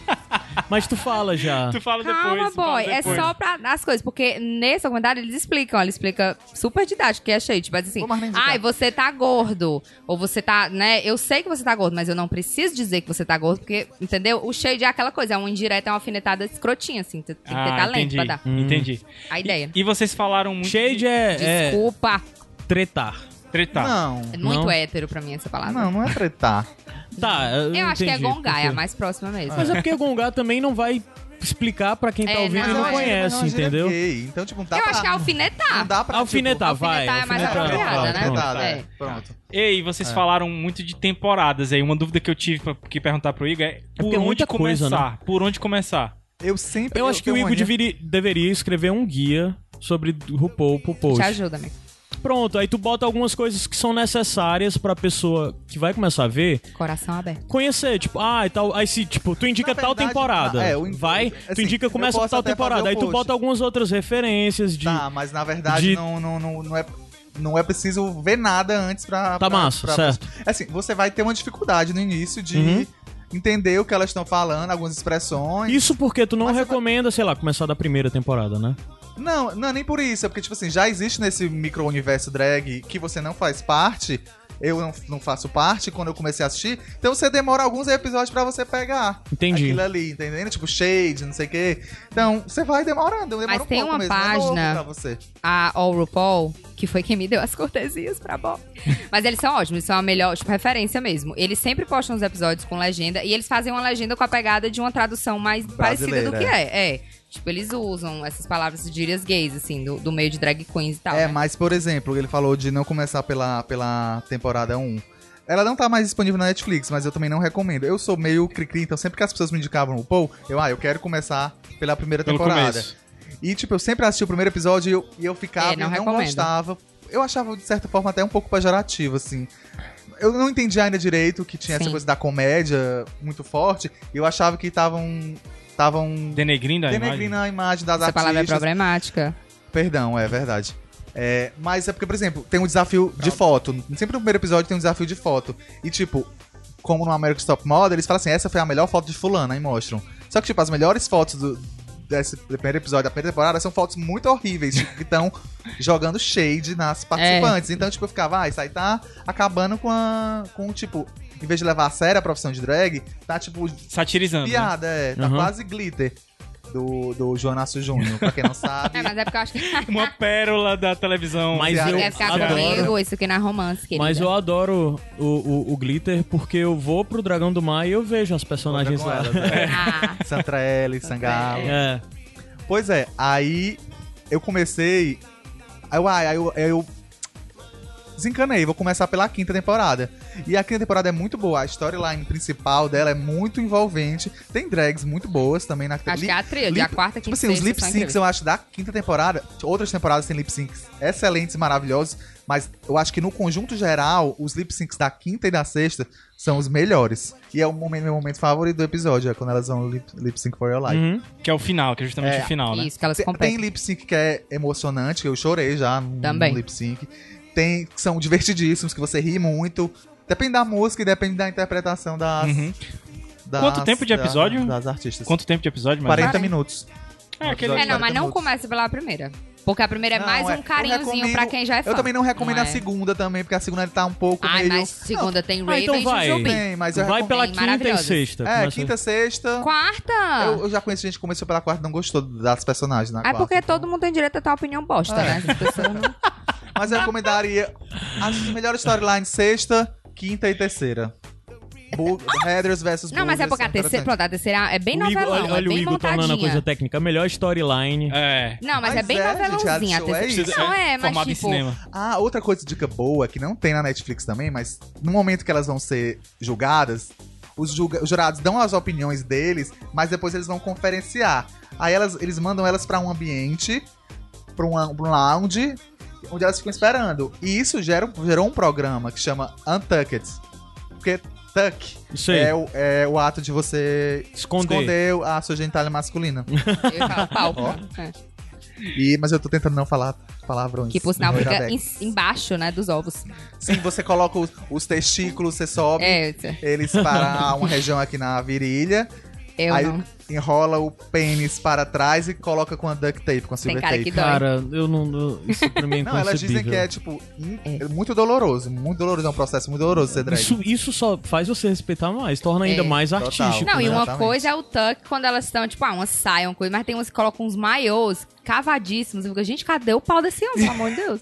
S2: Mas tu fala já.
S1: Tu fala depois.
S4: Calma,
S1: tu fala
S4: boy. É
S1: depois.
S4: só pra as coisas. Porque nesse documentário eles explicam. Ela explica super didático, que é shade. Mas assim,
S3: Vou mais nem indicar.
S4: ai, você tá gordo. Ou você tá, né? Eu sei que você tá gordo, mas eu não preciso dizer que você tá gordo, porque, entendeu? O shade é aquela coisa. É um indireto, é uma alfinetada escrotinha, assim. Tem que ter
S1: Ah,
S4: talento
S1: entendi.
S4: pra dar
S1: Entendi.
S4: a ideia. né?
S1: E, e vocês falaram muito
S2: Shade é, é
S4: Desculpa.
S2: tretar. Tá.
S1: tretar.
S3: Não.
S4: É muito
S2: Não?
S4: hétero pra mim essa palavra.
S3: Não, não é
S2: (laughs)
S3: tretar.
S2: Tá, eu,
S4: Eu acho que é
S2: entendi,
S4: gongar, é
S2: porque-
S4: a mais próxima mesmo.
S2: Mas é porque gongar também não vai explicar pra quem tá
S4: É,
S2: ouvindo
S4: não,
S2: e não
S4: é.
S3: Mas é
S2: conhece,
S3: uma gíria
S2: entendeu?
S3: gay, Então, tipo, não dá
S4: eu
S2: Tá
S3: pra...
S4: acho que é alfinetar.
S3: Não dá pra,
S2: Alfinetar, vai.
S4: alfinetar é mais
S2: alfinetar,
S4: apropriada,
S2: vai,
S4: né?
S2: pronto.
S3: Alfinetar,
S4: É.
S3: é. Pronto.
S1: Ei, vocês
S3: É.
S1: falaram muito de temporadas aí. Uma dúvida que eu tive pra, que perguntar pro Igor é por
S2: porque é
S1: onde
S2: muita coisa,
S1: começar?
S3: né?
S1: Por onde começar?
S3: Eu sempre...
S2: Eu acho que o
S3: tenho
S2: Igor
S3: mania-
S2: deveri- deveria escrever um guia sobre RuPaul pro post.
S4: Te ajuda, amigo.
S2: Pronto, aí tu bota algumas coisas que são necessárias pra pessoa que vai começar a ver
S4: Coração aberto.
S2: conhecer, tipo, ah, e tal, aí se, tipo, tu indica
S3: Na
S2: tal
S3: verdade,
S2: temporada,
S3: ah, é, eu entendo.
S2: vai, tu
S3: Assim,
S2: indica
S3: eu
S2: começa
S3: posso
S2: tal
S3: até fazer
S2: temporada,
S3: o
S2: aí tu
S3: post.
S2: bota algumas outras referências de
S3: Tá, mas na verdade
S2: de-
S3: não, não, não, não é... Não é preciso ver nada antes pra...
S2: Tá
S3: pra-
S2: massa,
S3: pra-
S2: certo.
S3: Assim, você vai ter uma dificuldade no início de...
S2: Uhum.
S3: Entender o que elas estão falando, algumas expressões.
S2: Isso porque tu não
S3: Mas você
S2: recomenda, sei lá, começar da primeira temporada, né?
S3: Não, não é nem por isso. É porque, tipo assim, já existe nesse micro-universo drag que você não faz parte. Eu não, não faço parte quando eu comecei a assistir. Então você demora alguns episódios pra você pegar
S2: Entendi.
S3: aquilo ali, entendendo? Tipo, shade, não sei o quê. Então, você vai demorando. Demora
S4: Mas
S3: um
S4: tem
S3: pouco
S4: uma
S3: mesmo, é novo
S4: página-
S3: pra você.
S4: a All RuPaul, que foi quem me deu as (laughs) cortesias pra Bob. Mas eles são ótimos, eles são a melhor, tipo, referência mesmo. Eles sempre postam os episódios com legenda e eles fazem uma legenda com a pegada de uma tradução mais parecida do
S3: Brasileira,
S4: que é. É. Tipo, eles usam essas palavras gírias gays, assim, do, do meio de drag queens e tal.
S3: É,
S4: né?
S3: mas, por exemplo, ele falou de não começar pela, pela temporada 1. Ela não tá mais disponível na Netflix, mas eu também não recomendo. Eu sou meio cri-cri, então sempre que as pessoas me indicavam o Paul, eu, ah, eu quero começar pela primeira
S1: Pelo
S3: temporada.
S1: começo.
S3: E, tipo, eu sempre assisti o primeiro episódio e eu, e eu ficava
S4: É,
S3: e
S4: não
S3: não, não
S4: recomendo.
S3: gostava. Eu achava, de certa forma, até um pouco pejorativo, assim. Eu não entendi ainda direito que tinha
S4: Sim.
S3: essa coisa da comédia muito forte. E eu achava que estavam. Estavam.
S1: Denegrindo a
S3: um Denegrindo
S1: imagem?
S3: a imagem das
S4: Essa palavra é
S3: artistas.
S4: problemática.
S3: Perdão, é verdade. É, mas é porque, por exemplo, tem um desafio de foto. Sempre no primeiro episódio tem um desafio de foto. E, tipo, como no American Top Model, eles falam assim, essa foi a melhor foto de fulano, aí mostram. Só que, tipo, as melhores fotos do, desse primeiro episódio da primeira temporada são fotos muito horríveis, (laughs) tipo, que estão jogando shade nas participantes. Então, tipo, eu ficava, ah, isso aí tá acabando com a... com, tipo... Em vez de levar a sério a profissão de drag, tá, tipo,
S1: Satirizando. né?
S3: piada, é. Tá
S2: Uhum.
S3: quase glitter do, do João Inácio Júnior, pra quem não sabe. (laughs)
S4: (laughs) É, mas é porque eu
S2: (laughs)
S4: acho que
S1: Uma pérola da televisão.
S2: Mas
S3: Piada.
S2: eu
S4: deve ficar
S2: adoro.
S4: comigo, isso aqui na romance, querida.
S2: Mas eu adoro o, o- o glitter porque eu vou pro Dragão do Mar e eu vejo as personagens
S3: Com
S2: lá.
S3: elas, é.
S2: (laughs)
S4: Ah,
S3: Santrelli, Sangalo.
S2: É.
S3: Pois é, aí eu comecei. Aí eu, ah, aí eu, aí eu desencanei, vou começar pela quinta temporada. E a quinta temporada é muito boa, a storyline principal dela é muito envolvente. Tem drags muito boas também na
S4: acho que é a tríade,
S3: Lip-
S4: a quarta, quinta,
S3: Tipo assim, os
S4: sexta
S3: lip
S4: são
S3: syncs,
S4: incríveis.
S3: eu acho, da quinta temporada. Outras temporadas têm lip syncs excelentes, maravilhosos. Mas eu acho que no conjunto geral, os lip syncs da quinta e da sexta são os melhores. E é o momento, meu momento favorito do episódio, é quando elas vão lip, lip sync for your life.
S4: Hum,
S2: Uhum.
S1: Que é o final, que é justamente
S3: É.
S1: o final, né?
S4: Isso, que elas
S3: Tem, tem
S4: competem.
S3: lip sync que é emocionante, eu chorei já no
S4: Também.
S3: lip sync. Tem que são divertidíssimos, que você ri muito. Depende da música e depende da interpretação das.
S1: Uhum.
S3: das-
S1: Quanto tempo de
S3: da-
S1: episódio?
S3: das artistas.
S1: Quanto tempo de episódio, mais
S3: 40
S1: ou menos?
S3: minutos.
S1: É, aquele...
S4: É, não,
S3: Quarenta
S4: mas não
S3: minutos.
S4: começa pela primeira. Porque a primeira é
S3: Não,
S4: mais
S3: é.
S4: um
S3: Eu
S4: carinhozinho
S3: recomendo-
S4: pra quem já é fã.
S3: Eu também não recomendo
S4: Não
S3: a
S4: é.
S3: segunda também, porque a segunda ele tá um pouco
S4: Ai,
S3: meio.
S4: mas segunda tem
S2: Ah,
S4: Raven
S2: então
S4: e
S2: vai.
S4: Jujubi.
S3: Tem, mas eu
S2: Vai
S3: recomendo.
S2: pela
S4: Bem,
S2: quinta e
S4: maravilhosas.
S2: sexta.
S3: É,
S2: Começa-
S3: quinta, sexta.
S4: Quarta!
S3: Eu, eu já conheço gente que começou pela quarta e não gostou das personagens na
S4: É
S3: quarta.
S4: porque todo mundo tem direito a ter uma opinião bosta, né? As pessoas não...
S3: Mas eu recomendaria as melhores storylines sexta, quinta e terceira. Bu Headers versus
S4: Não, mas é
S3: Boogers
S4: porque
S3: são
S4: a terceira,
S3: interessantes.
S4: pronto, a terceira é bem
S2: O Igor-
S4: novelão,
S2: olha
S4: é
S2: olha o
S4: bem
S2: Igor tornando a coisa
S4: montadinha.
S2: técnica. A melhor storyline.
S1: É.
S4: Não, mas, é
S3: Mas
S4: bem
S3: é, gente,
S4: novelãozinha.
S3: reality
S4: a
S3: show é
S4: terceira.
S3: isso.
S4: não, é, mas
S1: Formado em
S4: tipo...
S1: cinema.
S3: Ah, outra coisa, dica boa, que não tem na Netflix também, mas no momento que elas vão ser julgadas, os, julga- os jurados dão as opiniões deles, mas depois eles vão conferenciar. Aí elas, eles mandam elas pra um ambiente, pra um, pra um lounge, onde elas ficam esperando. E isso gera, gerou um programa que chama Untucked. Porque tuck
S2: Isso aí.
S3: é o, é o ato de você
S2: esconder.
S3: esconder a sua genitália masculina.
S4: Eu ia falar palco. É.
S3: E, mas eu tô tentando não falar palavrões.
S4: Que por sinal
S3: no
S4: fica
S3: Iradex.
S4: em- embaixo, né, dos ovos.
S3: Sim, você coloca os, os testículos, você sobe.
S4: É, eu-
S3: Eles para uma região aqui na virilha,
S4: eu
S3: Aí-
S4: não.
S3: enrola o pênis para trás e coloca com a duct tape, com a silver
S4: Tem cara
S3: tape.
S4: que dói.
S2: Cara, eu não. eu- Isso pra mim é
S3: (laughs) Não, elas dizem que é,
S2: inconcebível.
S3: tipo, in- é muito doloroso. Muito doloroso, é um processo muito doloroso ser drag.
S2: Isso, isso só faz você respeitar mais, torna ainda
S4: É.
S2: mais
S3: Total.
S2: artístico.
S4: Não, e
S2: né?
S4: uma
S3: Exatamente.
S4: coisa é o tuck quando elas estão, tipo, ah, umas saia, uma coisa, mas tem umas que colocam uns maiôs cavadíssimos. Eu fico, gente, cadê o pau desse homem, pelo amor
S3: (laughs)
S4: de Deus?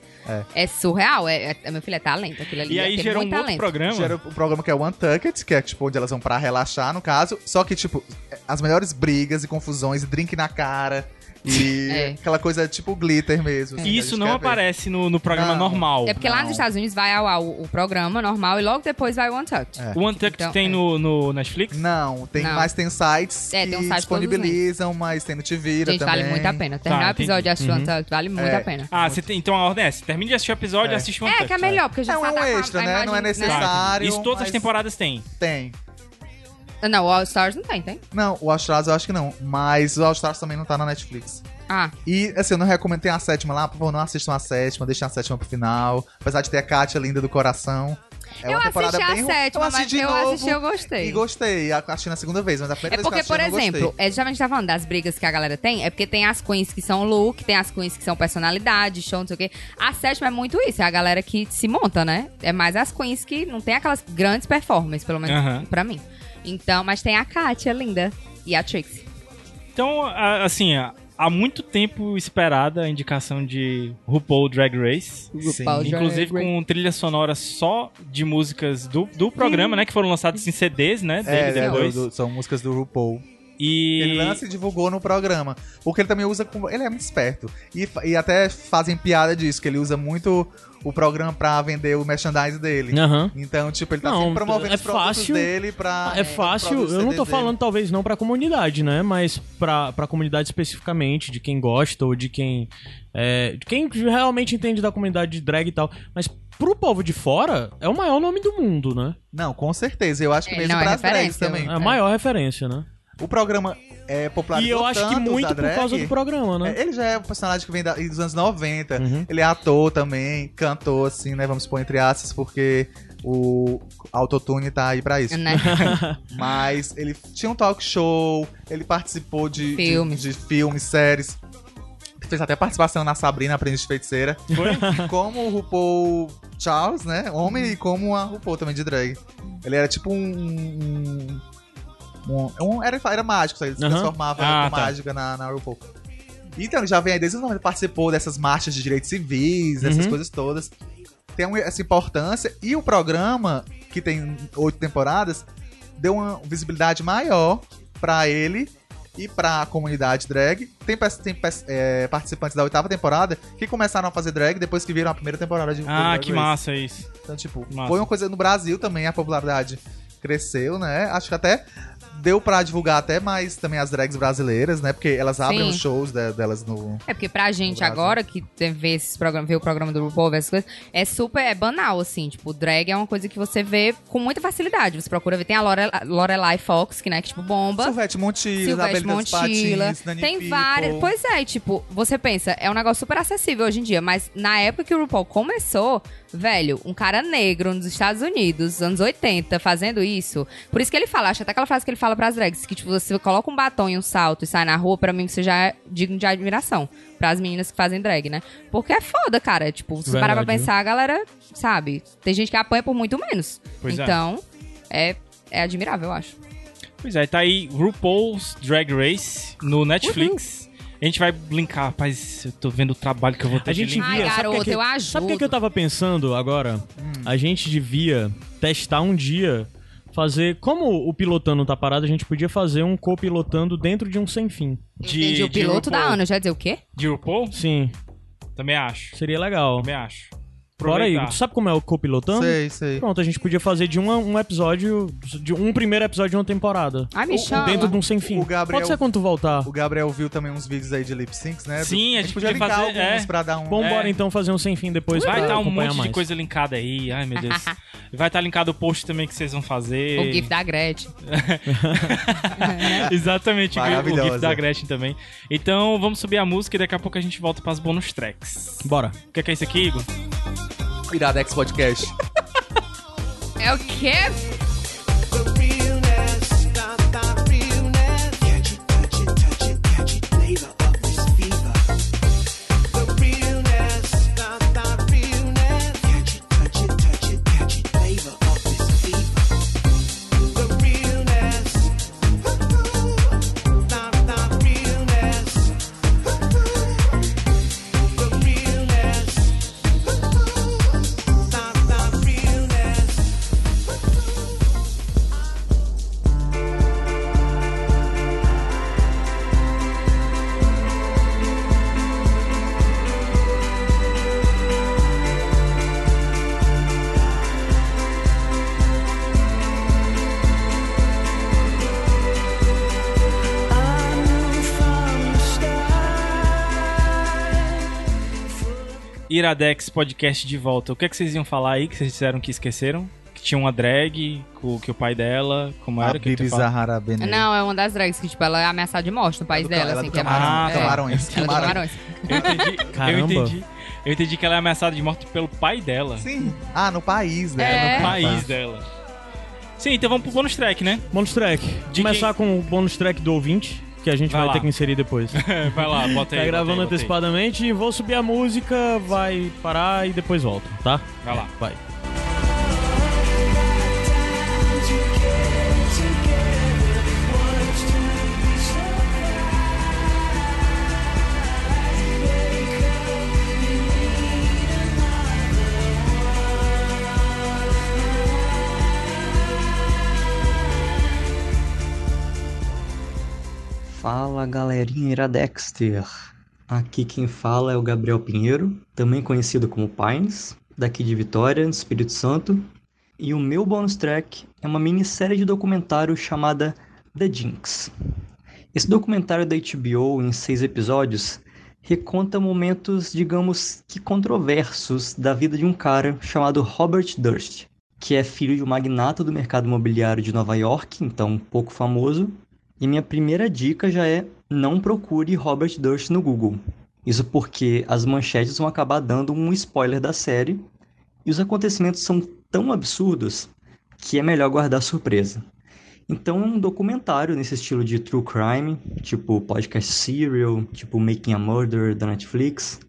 S4: É, surreal, é, é- meu filho, é talento aquilo ali.
S1: E aí
S4: tem
S1: gerou um
S4: muito
S1: outro
S4: talento.
S1: programa.
S3: Gera o programa que é o Untucked, que é tipo onde elas vão pra relaxar, no caso. Só que, tipo, as melhores brigas e confusões, e drink na cara. E
S4: (laughs) É.
S3: aquela coisa tipo glitter mesmo. assim, que
S1: E
S3: a
S1: isso
S3: gente
S1: não é
S3: quer ver.
S1: aparece no, no programa
S3: Não.
S1: normal.
S4: É porque lá
S3: Não.
S4: nos Estados Unidos vai ao, ao- o programa normal e logo depois vai o Untucked.
S3: É.
S1: O Untucked
S4: Então,
S1: tem
S4: é.
S1: no, no Netflix?
S3: Não, tem,
S4: Não.
S3: mas tem sites
S4: É,
S3: que
S4: tem um site todos os
S3: disponibilizam, mas tem no Tivira
S4: Gente,
S3: também.
S4: vale muito a pena. Terminar
S1: Tá,
S4: o episódio e assistir o Untucked vale muito
S3: É.
S4: a pena.
S1: Ah, você tem, então a ordem é essa. Termina de assistir o episódio e
S3: É.
S1: assiste o
S4: É,
S1: Untucked.
S4: que é melhor, porque a gente
S3: É
S4: só
S3: um
S4: tá com a-
S3: extra,
S4: a
S3: né? Não é
S4: imagem,
S3: necessário.
S1: Tá,
S3: Necessário,
S1: Isso todas as
S3: mas-
S1: temporadas tem.
S3: Tem.
S4: Não, o All Stars não tem, tem?
S3: Não, o All-Stars eu acho que não. Mas o All-Stars também não tá na Netflix.
S4: Ah,
S3: E, assim, eu não recomendo. Tem a sétima lá, por favor, não assistam a sétima, deixem a sétima pro final. Apesar de ter a Kátia linda do coração. É
S4: eu
S3: uma temporada
S4: assisti a
S3: bem ruim.
S4: sétima,
S3: eu assisti
S4: mas
S3: de
S4: eu
S3: novo
S4: assisti eu gostei.
S3: E gostei. A- Achei na segunda vez, mas a
S4: É
S3: primeira
S4: porque,
S3: vez que eu
S4: por
S3: assisti, eu não
S4: exemplo,
S3: gostei.
S4: é justamente tá falando das brigas que a galera tem, é porque tem as queens que são look, tem as queens que são personalidade, show, não sei o quê. A sétima é muito isso, é a galera que se monta, né? É mais as queens que não tem aquelas grandes performances, pelo menos
S1: Aham.
S4: pra mim. Então, mas tem a Kátia, linda, e a Trixie.
S1: Então, a- assim, a- há muito tempo esperada a indicação de RuPaul Drag Race.
S3: Sim.
S4: Paul Drag
S1: Inclusive
S4: Race.
S1: com trilha sonora só de músicas do, do programa, né? Que foram lançadas em CDs, né?
S3: É,
S1: Deles
S3: é,
S1: depois.
S3: do- do- são músicas do RuPaul. Ele
S1: E.
S3: lança e divulgou no programa. Porque ele também usa. com- Ele é muito esperto. E, fa- e até fazem piada disso, que ele usa muito o programa pra vender o merchandise dele.
S2: Aham.
S3: Então, tipo, ele tá
S2: Não,
S3: sempre promovendo
S2: é
S3: os produtos
S2: fácil-
S3: dele pra.
S2: É fácil,
S3: produtos
S2: eu não tô
S3: CD dele.
S2: falando talvez não pra comunidade, né? Mas pra, pra comunidade especificamente, de quem gosta ou de quem. é, de quem realmente entende da comunidade de drag e tal. Mas pro povo de fora, é o maior nome do mundo, né?
S3: Não, com certeza. Eu acho que
S4: É,
S3: mesmo
S4: não, é
S3: pras drags
S4: referência.
S3: também.
S2: É a maior referência, né?
S3: O programa é popular
S2: E eu acho que muito por causa do programa, né?
S3: Ele já é um personagem que vem da- dos anos 90.
S2: Uhum.
S3: Ele é ator também, cantor, assim, né? Vamos pôr entre aspas, porque o autotune tá aí pra isso.
S4: Né?
S3: Mas ele tinha um talk show, ele participou de
S4: Filmes.
S3: de, de filmes, séries. Fez até participação na Sabrina, Aprendiz de Feiticeira.
S1: Foi?
S3: Como o RuPaul Charles, né? Homem e como a RuPaul também de drag. Ele era tipo um... um- um- um- era, era mágico, sabe? Ele se
S2: Aham.
S3: transformava
S1: Ah,
S3: com
S1: tá.
S3: mágica na, na RuPaul. Então, ele já vem aí desde os 90, participou dessas marchas de direitos civis, essas
S2: Uhum.
S3: coisas todas. Tem um- essa importância. E o programa, que tem oito temporadas, deu uma visibilidade maior pra ele e pra comunidade drag. Tem, pe- tem pe- é, participantes da oitava temporada que começaram a fazer drag depois que viram a primeira temporada de
S1: Ah,
S3: Drag
S1: que
S3: Race.
S1: massa isso.
S3: Então, tipo,
S1: Massa.
S3: foi uma coisa no Brasil também, a popularidade cresceu, né? Acho que até deu pra divulgar até mais também as drags brasileiras, né? Porque elas abrem
S4: Sim.
S3: os shows de- delas no.
S4: É
S3: (laughs)
S4: porque pra gente
S3: Brasil.
S4: agora, que vê, esses programas, vê o programa do RuPaul, vê essas coisas, é super é banal, assim. Tipo, drag é uma coisa que você vê com muita facilidade. Você procura ver. Tem a Lore- Lorelai Fox, que, né, que tipo, bomba.
S3: Silvete Montila,
S4: Silvestre
S3: Isabelita dos
S4: Montila.
S3: Patins, Nani
S4: Tem
S3: People.
S4: várias. Pois é, e, tipo, você pensa, é um negócio super acessível hoje em dia, mas na época que o RuPaul começou, velho, um cara negro nos Estados Unidos, anos 80, fazendo isso. Por isso que ele fala, acho até aquela frase que ele fala pras drags, que, tipo, você coloca um batom e um salto e sai na rua, pra mim você já é digno de admiração. Pras meninas que fazem drag, né? Porque é foda, cara. Tipo, se você parar pra
S2: Verdade, viu?
S4: pensar, a galera, sabe? Tem gente que apanha por muito menos.
S1: Pois é.
S4: então, é. É admirável, eu acho.
S1: Pois é, tá aí RuPaul's Drag Race no Netflix. A gente vai linkar, rapaz, eu tô vendo o trabalho que eu vou ter
S2: A gente
S1: de linkar.
S4: Ai,
S2: devia. sabe o que é
S4: garoto,
S2: que,
S4: eu
S2: Sabe o que, é que
S4: ajudo.
S2: eu tava pensando agora?
S1: Hum.
S2: A gente devia testar um dia. Fazer. Como o pilotando tá parado, a gente podia fazer um copilotando dentro de um sem fim.
S1: De-
S4: Ah, Entendi, o
S1: de
S4: piloto da
S1: RuPaul.
S4: Ana, já ia dizer o quê?
S1: De RuPaul?
S2: Sim,
S1: Também acho.
S2: seria legal.
S1: Também acho.
S2: Bora aí.
S1: Aproveitar.
S2: Tu sabe como é o copilotando?
S3: Sei, sei.
S2: Pronto, a gente podia fazer de uma- um episódio. De um primeiro episódio de uma temporada.
S4: Ai, me chama.
S2: Dentro de um sem fim.
S3: o Gabriel-
S2: Pode ser quando tu voltar.
S3: O Gabriel viu também uns vídeos aí de lip syncs, né?
S1: Sim, a gente
S3: podia
S1: podia
S3: linkar
S1: fazer,
S3: alguns
S1: é.
S3: pra dar um.
S2: Bom,
S1: É.
S2: bora então fazer um sem fim depois
S1: Vai
S2: pra
S1: estar um
S2: acompanhar
S1: monte de
S2: mais.
S1: coisa linkada aí. Ai, meu
S4: (laughs)
S1: Deus. Vai estar linkado o post também que vocês vão fazer.
S4: O GIF da Gretchen.
S1: (laughs) Exatamente, o GIF- o
S3: Maravilhosa.
S1: GIF da Gretchen também. Então vamos subir a música e daqui a pouco a gente volta para os bônus tracks.
S2: Bora.
S1: O que é, que é isso aqui, Igor?
S3: Iradex Podcast.
S4: É o quê?
S5: The realness, not the realness. Catch it, touch it, touch it, catch it, flavor of this fever. The realness, not the realness. Catch it, touch it, touch it, catch it, flavor of this fever. The realness, not the realness. The realness, not the realness.
S1: Iradex Podcast de volta. O que é que vocês iam falar aí que vocês disseram que esqueceram? Que tinha uma drag, co- que o pai dela, como
S3: a
S1: era? que eu
S3: Bibi
S1: tinha falado?
S3: Zahara Benet.
S4: Não, é uma das drags que, tipo, ela é ameaçada de morte no país
S3: do-
S4: dela,
S3: ela
S4: assim,
S3: do
S4: que é
S1: camarão.
S4: mais-
S1: Ah,
S4: é.
S3: camarões,
S4: Ela do
S3: camarões.
S4: camarões.
S1: Eu entendi, eu,
S2: Caramba.
S1: entendi, eu entendi que ela é ameaçada de morte pelo pai dela.
S3: Sim. Ah, no país,
S4: É.
S3: né?
S1: O
S3: No
S1: país dela. Sim, então vamos pro bônus track, né?
S2: Bônus track.
S1: De
S2: Começar com o bônus track do ouvinte, que a gente
S1: Vai
S2: vai,
S1: lá.
S2: ter que inserir
S1: (laughs)
S2: depois.
S1: É, Vai lá, bota aí. bota aí,
S2: tá gravando
S1: bota
S2: antecipadamente, vou subir a música, vai parar e depois volta, tá?
S1: aí. Vai lá.
S2: Vai.
S6: Fala galerinha Iradexter! Aqui quem fala é o Gabriel Pinheiro, também conhecido como Pines, daqui de Vitória, no Espírito Santo. E o meu bonus track é uma minissérie de documentário chamada The Jinx. Esse documentário da HBO, em seis episódios, reconta momentos, digamos que controversos, da vida de um cara chamado Robert Durst, que é filho de um magnata do mercado imobiliário de Nova York, então pouco famoso, e minha primeira dica já é não procure Robert Durst no Google. Isso porque as manchetes vão acabar dando um spoiler da série e os acontecimentos são tão absurdos que é melhor guardar surpresa. Então é um documentário nesse estilo de true crime, tipo podcast serial, tipo Making a Murder da Netflix.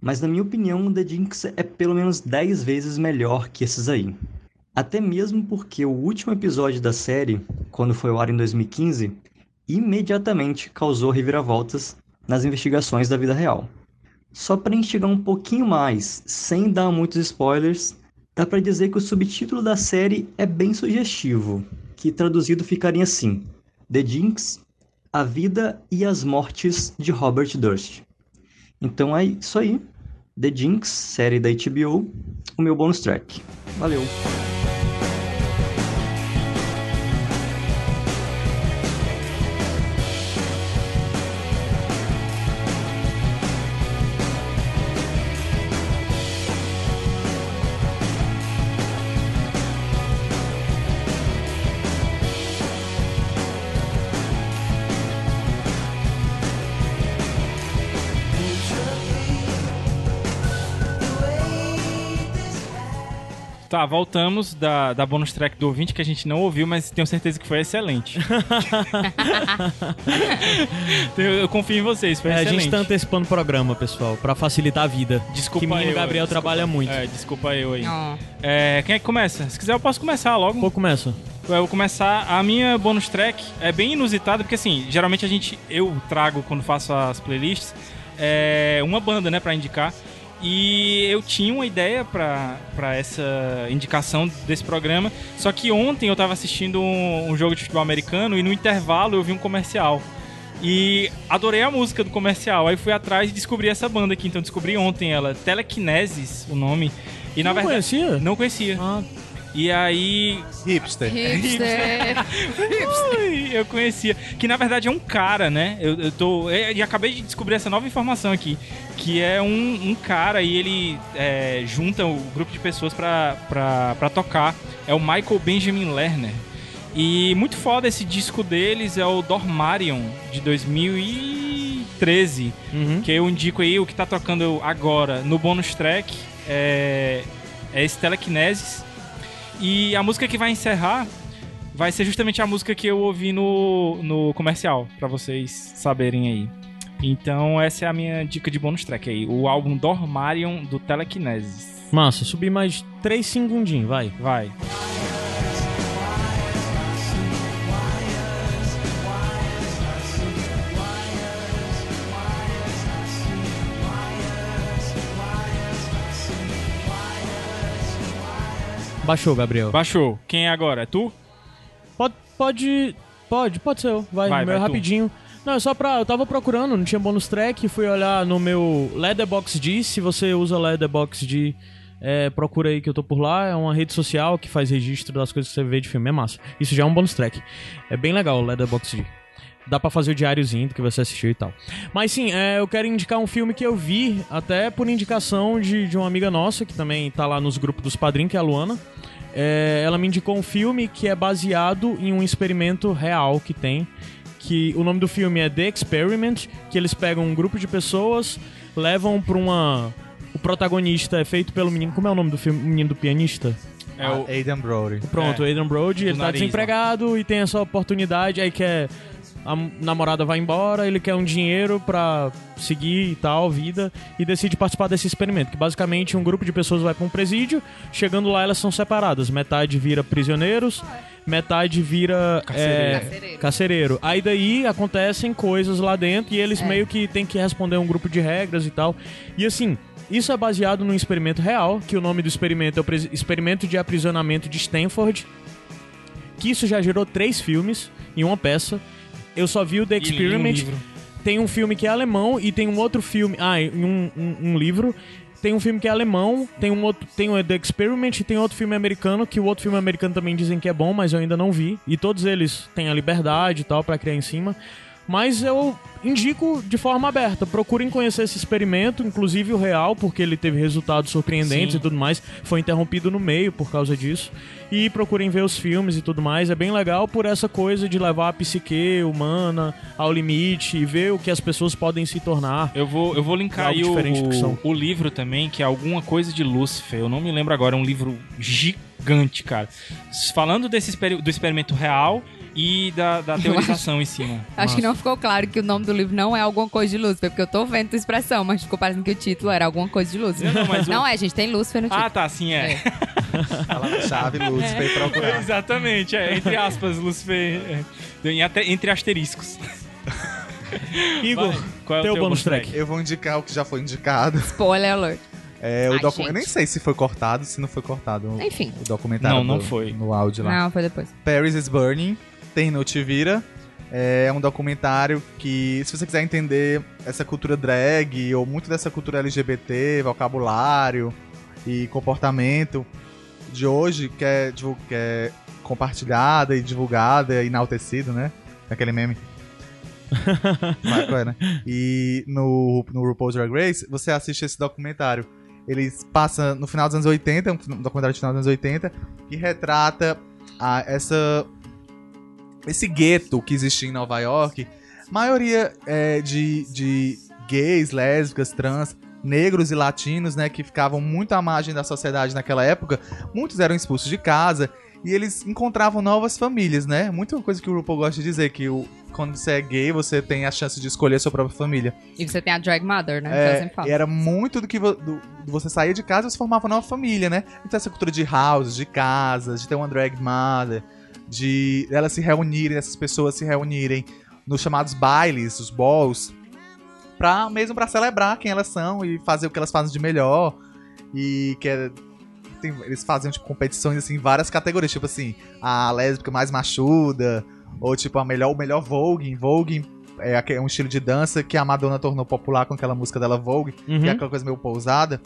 S6: Mas na minha opinião, The Jinx é pelo menos 10 vezes melhor que esses aí. Até mesmo porque o último episódio da série, quando foi ao ar em 2015, imediatamente causou reviravoltas nas investigações da vida real. Só para instigar um pouquinho mais, sem dar muitos spoilers, dá para dizer que o subtítulo da série é bem sugestivo, que traduzido ficaria assim: The Jinx, a vida e as mortes de Robert Durst. Então é isso aí. The Jinx, série da HBO, o meu bonus track. Valeu.
S1: Tá, voltamos da, da bonus track do ouvinte que a gente não ouviu, mas tenho certeza que foi (laughs) excelente. eu, eu confio em vocês, foi
S2: É, a
S1: excelente.
S2: gente tá antecipando o programa, pessoal, pra facilitar a vida.
S1: Desculpa
S2: que menino
S1: eu,
S2: Gabriel
S1: desculpa.
S2: trabalha muito.
S1: É, desculpa eu aí.
S4: Ó.
S1: É, quem é que começa? Se quiser eu posso começar logo.
S2: Pô, começa.
S1: Eu vou começar. A minha bonus track é bem inusitada, porque assim, geralmente a gente. Eu trago quando faço as playlists é, uma banda, né, pra indicar. E eu tinha uma ideia pra, pra essa indicação desse programa. Só que ontem eu tava assistindo um, um jogo de futebol americano e no intervalo eu vi um comercial. E adorei a música do comercial. Aí fui atrás e descobri essa banda aqui. Então descobri ontem ela. Telekinesis, o nome. E na
S2: Não
S1: verdade.
S2: conhecia?
S1: Não conhecia.
S2: Ah,
S1: E aí, (laughs)
S3: Hipster.
S4: Hipster.
S1: Ui, eu conhecia. Que na verdade é um cara, né? Eu, eu tô. é, E acabei de descobrir essa nova informação aqui. Que é um, um cara e ele é, junta o grupo de pessoas pra, pra, pra tocar. É o Michael Benjamin Lerner. E muito foda esse disco deles é o Dormarion, de 2013.
S2: uhum.
S1: Que eu indico aí o que tá tocando agora no bônus track é, é esse Telekinesis. E a música que vai encerrar vai ser justamente a música que eu ouvi no, no comercial, pra vocês saberem aí. Então essa é a minha dica de bônus track aí, o álbum Dormarion do Telekinesis.
S2: Massa, subi mais três segundinhos, vai.
S1: Vai.
S2: Baixou, Gabriel.
S1: Baixou. Quem é agora? É tu?
S2: Pode, pode, pode, pode ser eu. Vai,
S1: Vai,
S2: meu
S1: vai
S2: é
S1: tu.
S2: rapidinho. Não, é só pra. Eu tava procurando, não tinha bônus track, fui olhar no meu Letterboxd. Se você usa Letterboxd, é, procura aí que eu tô por lá. É uma rede social que faz registro das coisas que você vê de filme. É massa. Isso já é um bônus track. É bem legal o Letterboxd. Dá pra fazer o diáriozinho do que você assistiu e tal. Mas sim, é, eu quero indicar um filme que eu vi, até por indicação de, de uma amiga nossa, que também tá lá nos grupos dos padrinhos, que é a Luana. É, ela me indicou um filme que é baseado em um experimento real que tem. Que o nome do filme é The Experiment, que eles pegam um grupo de pessoas, levam pra uma. O protagonista é feito pelo menino. Como é o nome do filme? O menino do pianista?
S1: É o
S3: Aiden Brody.
S2: Tipo, Pronto, o Adrian Brody, ele tá
S1: É. nariz, né?
S2: desempregado e tem essa oportunidade, aí quer. A namorada vai embora, ele quer um dinheiro pra seguir e tal, vida, e decide participar desse experimento. Que basicamente um grupo de pessoas vai pra um presídio, chegando lá elas são separadas. Metade vira prisioneiros, metade vira.
S1: Carcereiro.
S2: é,
S4: Carcereiro.
S2: carcereiro. Aí daí acontecem coisas lá dentro e eles meio que têm que responder um grupo de regras e tal. E assim, isso é baseado num experimento real, que o nome do experimento é o pres- Experimento de Aprisionamento de Stanford, que isso já gerou três filmes e uma peça. Eu só vi o The
S1: E li um
S2: Experiment.
S1: livro.
S2: tem um filme que é alemão e tem um outro filme. Ah, e um, um, um livro. Tem um filme que é alemão, tem um outro, tem o The Experiment e tem outro filme americano, que o outro filme americano também dizem que é bom, mas eu ainda não vi. E todos eles têm a liberdade e tal pra criar em cima. Mas eu indico de forma aberta, procurem conhecer esse experimento, inclusive o real, porque ele teve resultados surpreendentes
S1: Sim.
S2: e tudo mais, foi interrompido no meio por causa disso. E procurem ver os filmes e tudo mais, é bem legal por essa coisa de levar a psique humana ao limite e ver o que as pessoas podem se tornar.
S1: Eu vou, eu vou linkar
S2: Algo
S1: aí o,
S2: diferente do que são.
S1: o livro também, que é alguma coisa de Lúcifer. Eu não me lembro agora, é um livro gigante, cara. Falando desse experi- do experimento real e da, da teorização em cima.
S4: (laughs) Acho que não ficou claro que o nome do livro não é alguma coisa de Lúcifer, porque eu tô vendo tua expressão, mas ficou parecendo que o título era alguma coisa de Lúcifer.
S1: Não, não, mas o-
S4: é, gente, tem Lúcifer no título.
S1: Ah, tá, sim, é.
S3: Chave, luz, veio (laughs) procurar.
S1: (laughs) Exatamente, é, entre aspas, Lúcifer. é, em ate- entre asteriscos. (laughs)
S2: Igor,
S1: Vai, qual é o
S2: teu
S1: teu
S2: bônus
S1: bonus
S2: track?
S3: Eu vou indicar o que já foi indicado.
S4: Spoiler alert.
S3: É, o
S4: Ai,
S3: documento. Eu
S4: gente.
S3: nem sei se foi cortado, se não foi cortado. o-
S4: Enfim.
S3: O documentário.
S1: Não, não
S3: do-
S1: foi.
S3: No áudio lá.
S4: Não, foi depois.
S3: Paris is Burning, tem no Te Vira. É um documentário que, se você quiser entender essa cultura drag, ou muito dessa cultura LGBT, vocabulário e comportamento de hoje, que é, divu- que é compartilhada e divulgada e enaltecida, né? Aquele meme. Sabe qual é, né? E no, no RuPaul's Drag Race, você assiste esse documentário. Ele passa no final dos anos 80, é um documentário de final dos anos 80, que retrata a- essa esse gueto que existe em Nova York, maioria é, de, de gays, lésbicas, trans, negros e latinos, né, que ficavam muito à margem da sociedade naquela época, muitos eram expulsos de casa e eles encontravam novas famílias, né? Muita coisa que o RuPaul gosta de dizer que o- quando você é gay, você tem a chance de escolher a sua própria família.
S4: E você tem a Drag Mother, né? que eu
S3: É,
S4: sempre falo.
S3: e era muito do que vo- do- do você saía de casa e você formava uma nova família, né? Então essa cultura de house, de casas, de ter uma drag mother, de elas se reunirem, essas pessoas se reunirem nos chamados bailes, os balls, pra, mesmo pra celebrar quem elas são e fazer o que elas fazem de melhor. E que é- tem- eles faziam tipo, competições assim, em várias categorias, tipo assim, a lésbica mais machuda, ou tipo a melhor, o melhor Vogue, Vogue é aque- é um estilo de dança que a Madonna tornou popular com aquela música dela Vogue que é
S2: Uhum.
S3: aquela coisa meio pousada,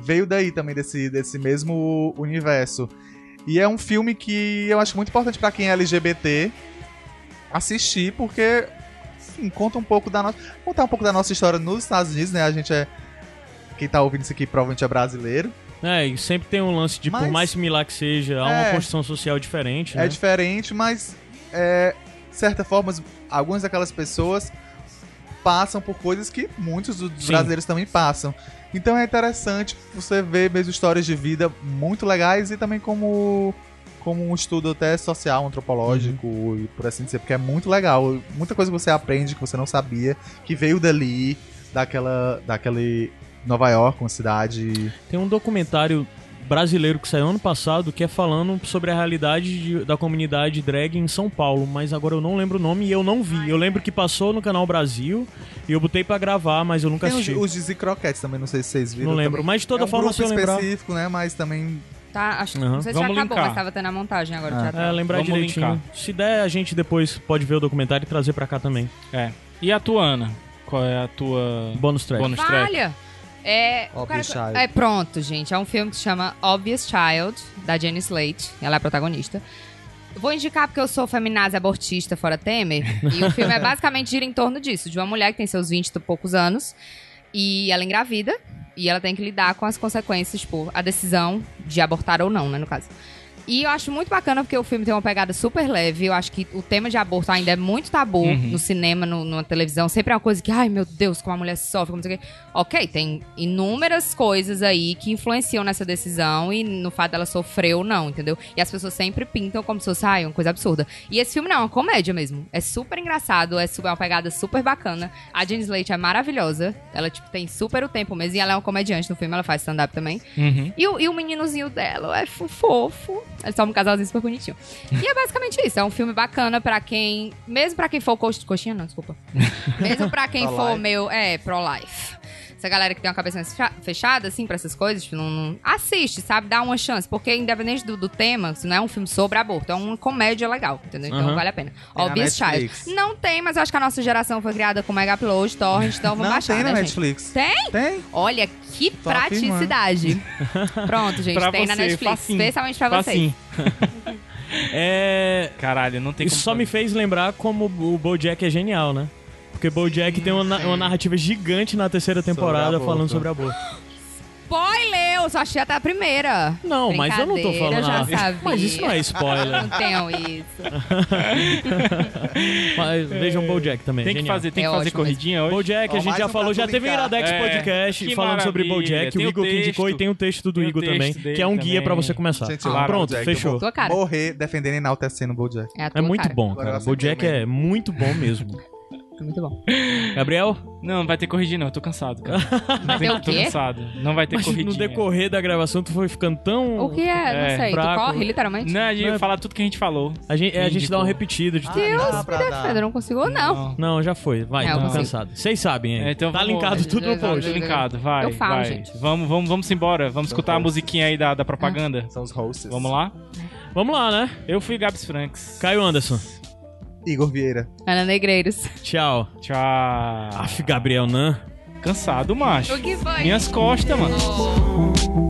S3: veio daí também, desse, desse mesmo universo. E é um filme que eu acho muito importante pra quem é LGBT assistir, porque assim, conta um pouco da nossa. Contar um pouco da nossa história nos Estados Unidos, né? A gente é. Quem tá ouvindo isso aqui provavelmente é brasileiro.
S2: É, e sempre tem um lance de, por
S3: Mas-
S2: mais similar que seja, há uma
S3: É.
S2: construção social diferente,
S3: É
S2: né?
S3: diferente, mas é, de certa forma, as- algumas daquelas pessoas passam por coisas que muitos dos
S2: Sim.
S3: brasileiros também passam. Então é interessante você ver mesmo histórias de vida muito legais e também como como um estudo até social, antropológico
S2: Uhum.
S3: e por assim dizer, porque é muito legal, muita coisa que você aprende que você não sabia, que veio dali, daquela daquele Nova York, uma cidade
S2: Tem um documentário brasileiro que saiu ano passado que é falando sobre a realidade de- da comunidade drag em São Paulo, mas agora eu não lembro o nome e eu não vi. Eu lembro que passou no canal Brasil e eu botei pra gravar, mas eu nunca
S3: tem os,
S2: assisti.
S3: os Dizzy Croquettes também, não sei se vocês viram.
S2: Não lembro,
S3: também.
S2: mas de toda
S3: é um
S2: forma
S3: grupo
S2: se eu lembrar.
S3: específico, né, mas também
S4: Tá, acho,
S2: Aham.
S4: Não sei se
S1: Vamos
S4: já acabou,
S1: linkar.
S4: mas tava tendo a montagem agora.
S3: Ah.
S4: já
S2: É, lembrar
S1: Vamos
S2: direitinho.
S1: linkar.
S2: Se der, a gente depois pode ver o documentário e trazer pra cá também.
S1: Uhum. É. E a tua, Ana? Qual é a tua
S2: Bônus track.
S1: bônus track?
S4: Valha! É, o
S3: Obvious
S4: cara-
S3: Child.
S4: é pronto, gente. É um filme que se chama Obvious Child, da Jenny Slate. Ela é a protagonista. Vou indicar porque eu sou feminazi abortista fora Temer. E o
S3: (laughs)
S4: filme é basicamente gira em torno disso. De uma mulher que tem seus 20 e poucos anos. E ela engravida. E ela tem que lidar com as consequências, tipo, a decisão de abortar ou não, né, no caso. E eu acho muito bacana porque o filme tem uma pegada super leve. Eu acho que o tema de aborto ainda é muito tabu
S1: Uhum.
S4: no cinema, no, na televisão. Sempre é uma coisa que, ai meu Deus, como a mulher sofre, como não sei o quê. Ok, tem inúmeras coisas aí que influenciam nessa decisão e no fato dela sofrer ou não, entendeu? E as pessoas sempre pintam como se fosse, ai, uma coisa absurda. E esse filme não, é uma comédia mesmo. É super engraçado, é, super, é uma pegada super bacana. A Jane Slate é maravilhosa. Ela, tipo, tem super o tempo mesmo. E ela é uma comediante no filme, ela faz stand-up também.
S1: Uhum.
S4: E o, e o meninozinho dela é fo- fofo. Eles são um casalzinho super bonitinho. E é basicamente isso. É um filme bacana pra quem. Mesmo pra quem for coxinha. Coxinha não, desculpa. Mesmo pra quem
S3: Pro
S4: for
S3: life.
S4: meu. É, pro-life. Essa galera que tem uma cabeça mais fecha- fechada, assim, pra essas coisas, tipo, não, não- assiste, sabe? Dá uma chance. Porque, independente do, do tema, se não é um filme sobre aborto, é uma comédia legal, entendeu? Então
S2: Aham.
S4: vale a pena.
S3: É na
S4: Obvious Child.
S3: Netflix.
S4: Não tem, mas eu acho que a nossa geração foi criada com Mega Upload, Torrent, então vamos
S3: não
S4: baixar,
S3: tem na
S4: né, gente?
S3: Netflix.
S4: Tem?
S3: Tem?
S4: Olha
S2: (laughs)
S4: que praticidade. Pronto, gente,
S1: Pra
S4: tem na
S1: você,
S4: Netflix.
S1: facinho,
S4: especialmente pra vocês.
S1: Facinho.
S2: É,
S1: Caralho, não tem
S2: Isso
S1: como
S2: só me
S1: fazer.
S2: fez lembrar como o BoJack é genial, né? Porque BoJack tem uma, na- uma narrativa gigante na terceira temporada
S3: aborto.
S2: falando sobre aborto.
S4: Spoiler! Eu só achei até a primeira.
S2: Não, mas eu não tô
S4: Brincadeira,
S2: falando
S4: eu já
S2: nada.
S4: sabia.
S2: (laughs) Mas isso não é spoiler.
S1: (laughs)
S4: Não tenham isso. É
S2: mas vejam BoJack também,
S1: É. Tem que
S2: genial.
S1: fazer, tem
S4: É
S1: que fazer
S4: ótimo
S1: corridinha hoje.
S2: BoJack,
S3: Ó,
S2: a gente
S3: mais
S2: já
S3: um
S2: falou,
S3: pra
S2: já
S3: tu
S2: teve um
S3: linkar.
S2: Iradex
S1: É,
S2: Podcast
S1: que
S2: falando sobre
S1: maravilha.
S2: BoJack, o
S1: Tem o
S2: Igor que
S1: texto.
S2: indicou e tem um texto do
S1: Tem o
S2: Igor
S1: texto
S2: também,
S1: dele
S2: que é um guia
S1: também.
S2: pra você começar.
S3: Gente,
S1: Ah,
S3: eu amo
S2: pronto,
S3: Bojack,
S2: fechou.
S3: eu
S4: Tua
S3: vou
S4: cara.
S3: Morrer defendendo e enaltecendo o Bojack.
S4: É, a tua
S2: É muito
S4: cara.
S2: bom,
S3: Agora
S2: cara.
S3: eu aceitei
S2: BoJack é muito bom mesmo.
S4: É muito bom.
S2: Gabriel,
S1: Não, não vai ter corrigir, não. Eu tô cansado,
S4: (laughs)
S1: cara.
S4: Mas é o
S1: Tô
S4: quê?
S1: cansado. Não vai ter
S2: mas
S1: corridinha.
S2: no decorrer da gravação tu foi ficando tão...
S4: O que é?
S1: É,
S4: não sei.
S2: fraco.
S4: Tu corre, literalmente?
S1: Não, a gente
S2: Não é-
S1: vai falar tudo que a gente falou.
S2: A gente, é, a gente
S1: Indicou.
S2: dá uma repetida de tudo.
S3: Ah, Não
S4: Deus
S3: dá
S4: me
S3: pra dar.
S4: defenda, eu não consigo ou não.
S2: Não, já foi. Vai,
S4: É, eu
S2: tô
S4: consigo.
S2: cansado. Vocês sabem, hein?
S1: É, então
S2: tá
S1: vamos-
S2: linkado tudo no
S4: Eu- eu-
S2: post.
S1: Tô linkado, vai.
S4: Eu falo,
S1: vai.
S4: gente.
S1: Vamos, vamos, vamos embora. Vamos escutar a
S3: vou.
S1: musiquinha aí da, da propaganda.
S3: São os hosts.
S1: Vamos lá?
S2: Vamos lá, né?
S1: Eu fui Gabs Franks.
S2: Caio Anderson.
S3: Igor Vieira.
S4: Ana Negreiros.
S2: Tchau.
S1: Tchau.
S2: Ah. Aff, Gabriel Nan.
S1: Cansado, macho.
S4: O que foi?
S1: Minhas costas, mano.
S4: Oh.